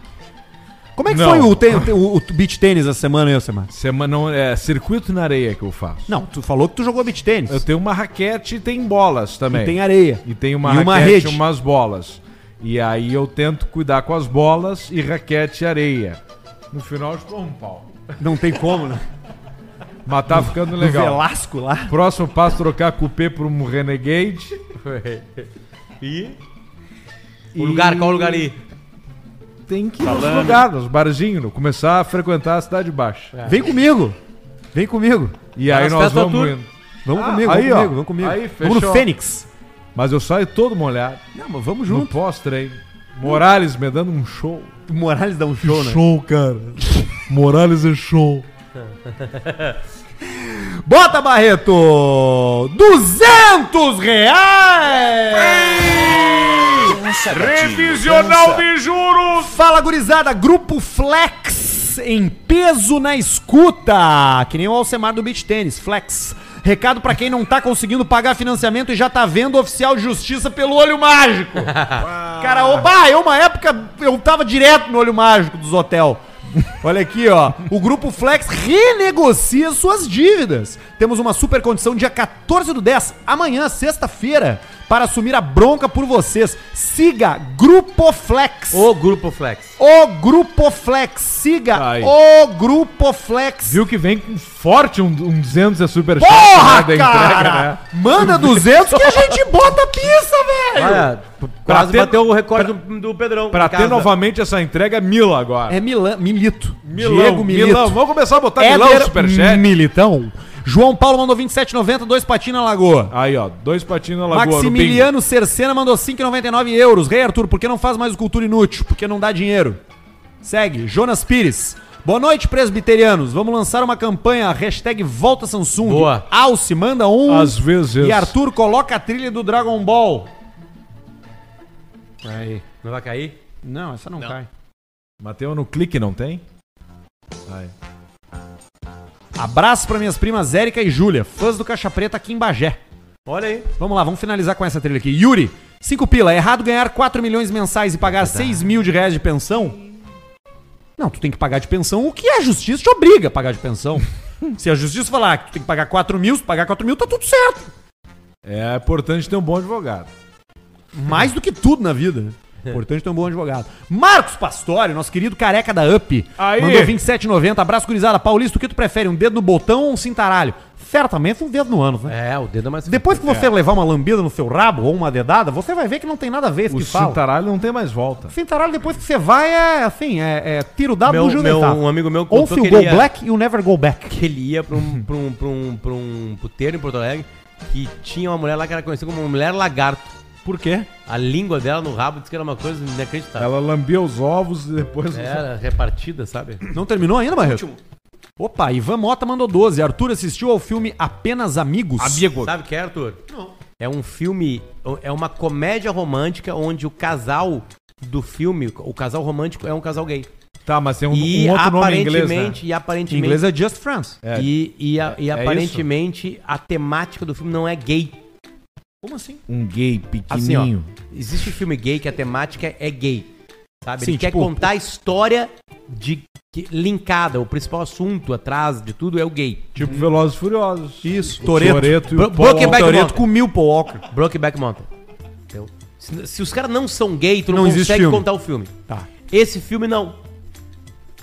A: Como é que
B: Não.
A: foi o, ten- o- o beach tênis essa semana, aí, Alcemar?
B: Semana, não, é circuito na areia que eu faço.
A: Não, tu falou que tu jogou beach tênis.
B: Eu tenho uma raquete e tem bolas também.
A: E tem areia.
B: E tem uma
A: E
B: raquete
A: uma
B: e
A: rede.
B: umas bolas. E aí eu tento cuidar com as bolas e raquete e areia. No final eu estou um pau.
A: Não tem como, né?
B: Mas tá ficando
A: O
B: legal.
A: Velasco lá.
B: Próximo passo, trocar cupê por um Renegade.
C: O lugar, qual o lugar aí?
B: Tem que ir nos lugares, nos barzinhos, começar a frequentar a Cidade Baixa.
A: Vem comigo. Vem comigo.
B: E
C: Tá
B: aí
C: É. nas
B: nós
C: festas
B: vamos
C: tudo.
B: indo.
A: Vamos
B: Ah,
A: comigo,
B: aí, ó.
A: vamos comigo, vamos comigo.
B: Aí,
A: vamos no
B: fechou.
A: Fênix.
B: Mas eu saio todo molhado.
A: Não, mas vamos
B: No
A: junto.
B: pós-treino. Morales me dando um show.
A: O Morales dá um show, né?
B: Show, cara. Morales é show.
A: Bota, Barreto! 200 reais!
E: Revisional de juros.
A: Fala, gurizada! Grupo Flex em peso na escuta. Que nem o Alcemar do Beach Tênis, Flex. Recado pra quem não tá conseguindo pagar financiamento e já tá vendo o oficial de justiça pelo olho mágico. Cara, oba, eu uma época eu tava direto no olho mágico dos hotel. Olha aqui, ó. O Grupo Flex renegocia suas dívidas. Temos uma super condição dia 14 do 10, amanhã, sexta-feira. para assumir a bronca por vocês. Siga Grupo Flex.
C: O Grupo Flex.
A: O Grupo Flex. Siga
B: Ai.
A: o Grupo Flex.
B: Viu que vem com forte um, um 200 é super
A: Porra,
B: da
A: cara!
B: né?
A: Manda 200 que a gente bota a pizza, velho!
C: Olha, p- quase
B: ter-
C: bateu o recorde do, do Pedrão.
B: Pra
C: em casa.
B: ter novamente essa entrega, Mila agora.
A: É Milan, Milito.
B: Milão, Milão. Vamos começar a botar Milão
A: Éder
B: no superchat.
A: Militão. João Paulo mandou 27,90, dois patina Lagoa.
B: Aí, ó, dois patinhos Ah, na lagoa. no
A: Maximiliano Cercena mandou 5,99 euros. Rei Arthur, por que não faz mais o Cultura Inútil? Porque não dá dinheiro. Segue, Jonas Pires. Boa noite, presbiterianos. Vamos lançar uma campanha, hashtag Volta Samsung.
C: Boa.
A: Alce, manda
B: bingo.
A: um.
B: Às vezes.
A: E Arthur, coloca a trilha do Dragon Ball. Aí.
C: Não vai cair?
A: Não, essa não, cai.
B: Mateu no clique, não tem?
A: Abraço para minhas primas Érica e Júlia, fãs do Caixa Preta aqui em Bagé.
C: Olha aí.
A: Vamos lá, vamos finalizar com essa trilha aqui. Yuri, 5 pila, é errado ganhar 4 milhões mensais e
C: É
A: pagar 6 mil de reais de pensão? Não, tu tem que pagar de pensão o que a justiça te obriga a pagar de pensão. Se a justiça falar que tu tem que pagar 4 mil, se tu pagar 4 mil, tá tudo certo.
B: É importante ter um bom advogado.
A: Mais do que tudo na vida. Importante ter um bom advogado. Marcos Pastore, nosso querido careca da UP,
B: Aí.
A: mandou 27,90. Abraço, gurizada. Paulista, o que tu prefere, um dedo no botão ou um cintaralho? Certamente um dedo no ano, né?
C: É, o dedo é mais.
A: Depois que você levar uma lambida no seu rabo ou uma dedada, você vai ver que não tem nada a ver isso
B: O
A: que fala.
B: cintaralho não tem mais volta.
A: Cintaralho, depois que você vai, é assim, é, é tiro dado
C: Meu-
A: no
C: meu-
B: tá?
A: Junetá.
C: um amigo meu
A: Ou
C: contou
A: se
C: que
A: go
C: ele ia-
A: black, you never go back.
C: que ele ia pra um, pra um, pra um, pra um puteiro em Porto Alegre que tinha uma mulher lá que era conhecida como mulher lagarto.
A: Por quê?
C: A língua dela no rabo disse que era uma coisa inacreditável.
B: Ela lambia os ovos e depois.
C: Era repartida, sabe?
A: Não terminou ainda, Barreto? Opa, Ivan Mota mandou 12. Arthur assistiu ao filme Apenas Amigos.
C: Sabe o que é, Arthur? Não. É um filme, é uma comédia romântica onde o casal do filme, o casal romântico é um casal gay.
B: Tá, mas tem um,
C: E
B: um outro nome em
C: aparentemente,
B: inglês. Né?
C: e
A: Em
C: aparentemente,
A: inglês é Just Friends.
B: É.
C: e, e, a- e
B: é
C: aparentemente a temática do filme não é gay.
A: Como assim?
B: Um gay
C: Assim, ó, existe filme gay que a temática é gay. Sabe?
A: Sim,
C: Ele quer
A: tipo-
C: contar a história de que- linkada, o principal assunto atrás de tudo é o gay.
B: Tipo Velozes e Furiosos.
A: Isso.
B: O
A: Toreto.
B: Toreto e o
C: Bro-
B: Paul
C: Brokeback
B: Walker.
A: Toreto com mil Paul Walker.
C: Tá, Brokeback Mountain. Entendeu? Se, se os caras não são gay, tu não,
A: Não existe
C: consegue
A: filme.
C: contar o filme.
A: Tá.
C: Esse filme não.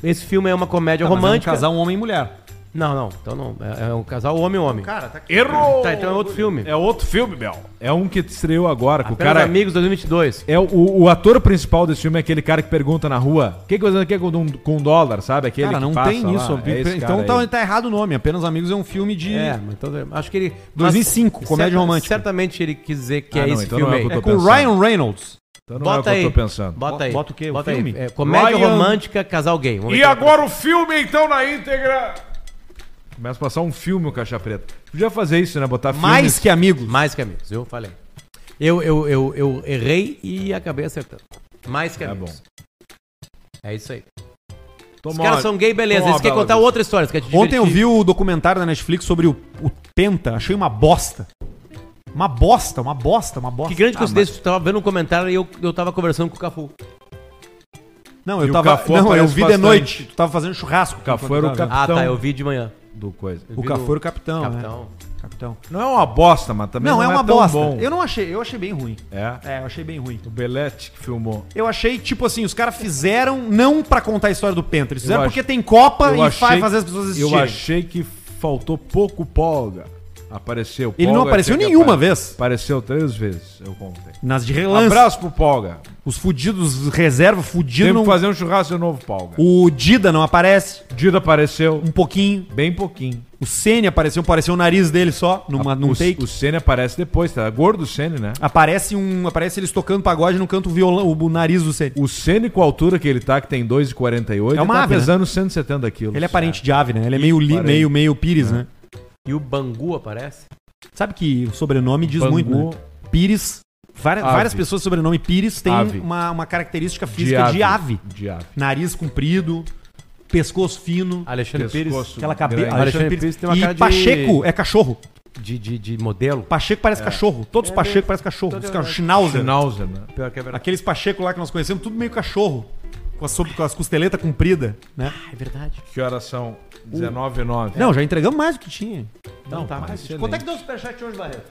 C: Esse filme é uma
A: Tá,
C: comédia romântica.
A: Romântico. um Casal homem e mulher.
C: Não, não. Então não. É, é um casal homem-homem.
A: Cara, tá aqui.
B: Errou!
C: Tá, então Ah, é outro filme.
B: É outro filme, Bel. É um que estreou agora, que o
C: Apenas
B: cara.
C: Amigos 2022.
B: É o, o ator principal desse filme é aquele cara que pergunta na rua: o que que você quer com, um- com um dólar, sabe? Aquele
A: Cara,
B: que
A: não
B: passa
A: tem
B: lá.
A: isso.
B: É esse
A: então
B: cara
A: tá,
B: aí.
A: tá errado o nome. Apenas Amigos é um filme de...
C: É, mas então, acho que ele.
A: 2005,
C: mas-
A: comédia
C: certa-
A: romântica.
C: Certamente ele quis dizer que
B: Ah,
C: é
B: não,
C: esse
B: então não
C: filme
B: é o que
C: aí.
B: eu
A: É
B: tô
A: com o
B: pensando.
A: Ryan Reynolds.
B: Então não é o
C: Bota
B: que
C: aí.
B: eu tô pensando.
C: Bota aí.
A: Bota o quê? O
C: Bota aí.
A: filme?
C: É, comédia
B: Ryan-
C: romântica, casal gay.
A: um
C: Vamos ver
E: E
C: quem-
E: agora o filme, então, na íntegra.
B: Começa a passar um filme o Caixa Preta. Podia fazer isso, né? Botar
A: Mais que Amigos.
C: Mais que amigos, eu falei. Eu, eu, eu, eu errei e acabei acertando. Mais que
B: Tá
C: amigos.
B: bom.
C: É isso aí.
B: Toma
C: Os caras
B: uma-
C: são gay, beleza.
B: toma
C: Eles
B: uma
C: querem
B: bela
C: contar
B: dessa.
C: outra história. eles querem te
A: Ontem eu
C: divertir.
A: vi o documentário da Netflix sobre o, o Penta, achei uma bosta. Uma bosta, uma bosta, uma bosta. Ah,
C: Que grande coincidência, eu tava vendo um comentário e eu, eu tava conversando com o Cafu.
A: Não, eu
B: E o
A: tava.
B: Cafu
A: Não, eu
B: aparece
A: vi de
B: bastante.
A: noite. Tu tava fazendo churrasco.
B: Cafu era o
A: Enquanto eu tava
C: Ah,
B: Capitão.
C: tá, eu vi de manhã.
B: vendo. do coisa.
A: vendo. O Cafu era o capitão,
C: Capitão.
A: né? Capitão.
B: Não é uma bosta, mas também
A: Não,
B: não,
A: é uma
B: tão
A: bosta.
B: bom.
A: Eu não achei, eu achei bem ruim.
B: É.
A: É, eu achei bem ruim.
B: O Belete que filmou.
A: Eu achei, tipo assim, os caras fizeram não pra contar a história do Penta, eles fizeram
B: Eu
A: porque
B: ach-
A: tem Copa
B: eu
A: e
B: achei-
A: vai fazer as pessoas assistirem.
B: Eu achei que faltou pouco polga. Apareceu.
A: Ele não
B: Polga
A: apareceu
B: tinha que
A: nenhuma vez.
B: Apareceu três vezes, eu contei.
A: Nas de relance.
B: Abraço pro polga.
A: Os fudidos, os reserva, fudido
B: Temos
A: não.
B: que fazer um churrasco de novo, polga.
A: O Dida não aparece,
B: O Dida apareceu
A: um pouquinho.
B: bem pouquinho.
A: O Senna apareceu, apareceu o nariz dele só, numa, num
B: o,
A: take.
B: o Senna aparece depois, tá? Gordo o Senna, né?
A: Aparece um. Aparece eles tocando pagode no canto o violão, o, o nariz do Senna.
B: O Senna com a altura que ele tá, que tem 2,48,
A: É uma
B: ele tá
A: ave, né?
B: pesando 170 quilos.
A: Ele é parente de ave, né? Ele é meio, li,
B: parente. É.
A: meio, meio Pires, né?
C: E o Bangu aparece?
A: Sabe que o sobrenome diz
B: Bangu.
A: muito, né? Pires. Várias,
B: Ave.
A: várias pessoas do sobrenome Pires têm
B: Ave.
A: uma, uma característica
B: de
A: física de ave.
B: De ave.
A: Nariz comprido, pescoço fino,
C: Alexandre Pires.
B: Pescoço
A: aquela cabeça.
B: grande.
C: Alexandre Pires tem uma
A: e
C: cara de-
A: Pacheco é cachorro.
C: De, de, de modelo?
A: Pacheco parece
C: É.
A: cachorro. Todos os Pacheco parecem cachorro. Os caras Schnauzer.
B: Schnauzer, né?
C: Pior que é verdade.
A: Aqueles Pacheco lá que nós conhecemos, tudo meio cachorro. Com as, com as costeletas compridas, né?
C: Ah, é verdade.
B: Que horas são? 19 h
A: Não, já entregamos mais do que tinha.
C: Então tá, mas.
A: é Quanto é que deu o superchat hoje, Barreto?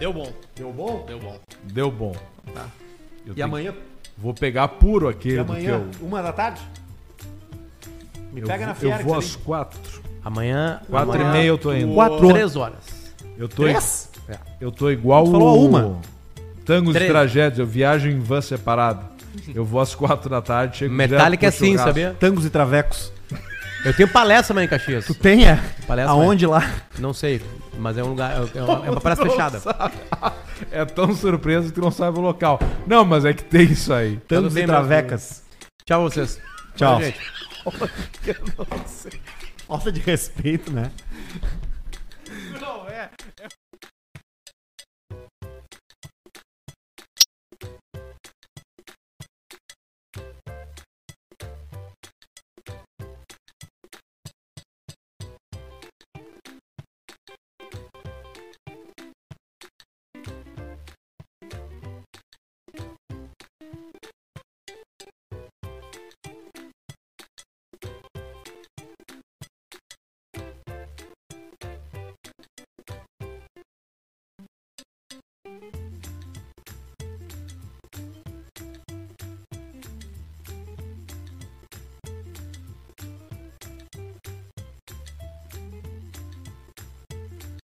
G: Deu bom,
A: Deu bom?
G: deu bom.
B: Deu bom. Tá. Eu
A: E
B: tenho-
A: amanhã?
B: Vou pegar puro aquele
A: E
B: do
A: amanhã,
B: teu.
A: uma da tarde? Me
B: Eu,
A: pega
B: vou-
A: na fiera.
B: eu vou
A: que
B: às
A: você
B: quatro.
C: Amanhã.
B: Quatro e meia eu tô indo.
C: Quatro. Três horas.
B: Eu tô,
A: tem-
B: i-
A: Três?
B: eu tô igual
A: Tu falou
B: o-
A: uma.
B: Tangos
C: Três.
B: e tragédias. Eu viajo em van separado. Eu vou às quatro da tarde, chego direto
C: Metallica
B: pro
C: é assim,
B: churrasco.
C: sabia?
A: Tangos e travecos.
C: Eu tenho palestra amanhã em Caxias.
A: Tem, é?
C: Palestra,
A: Aonde lá?
C: Não sei, mas é um lugar. É uma, é uma palestra fechada.
B: É tão surpreso que não sabe o local. Não, mas é que tem isso aí.
A: Tangos
C: bem,
A: e travecas.
C: Tchau, vocês.
A: Tchau.
C: gente.
A: Falta de respeito, né?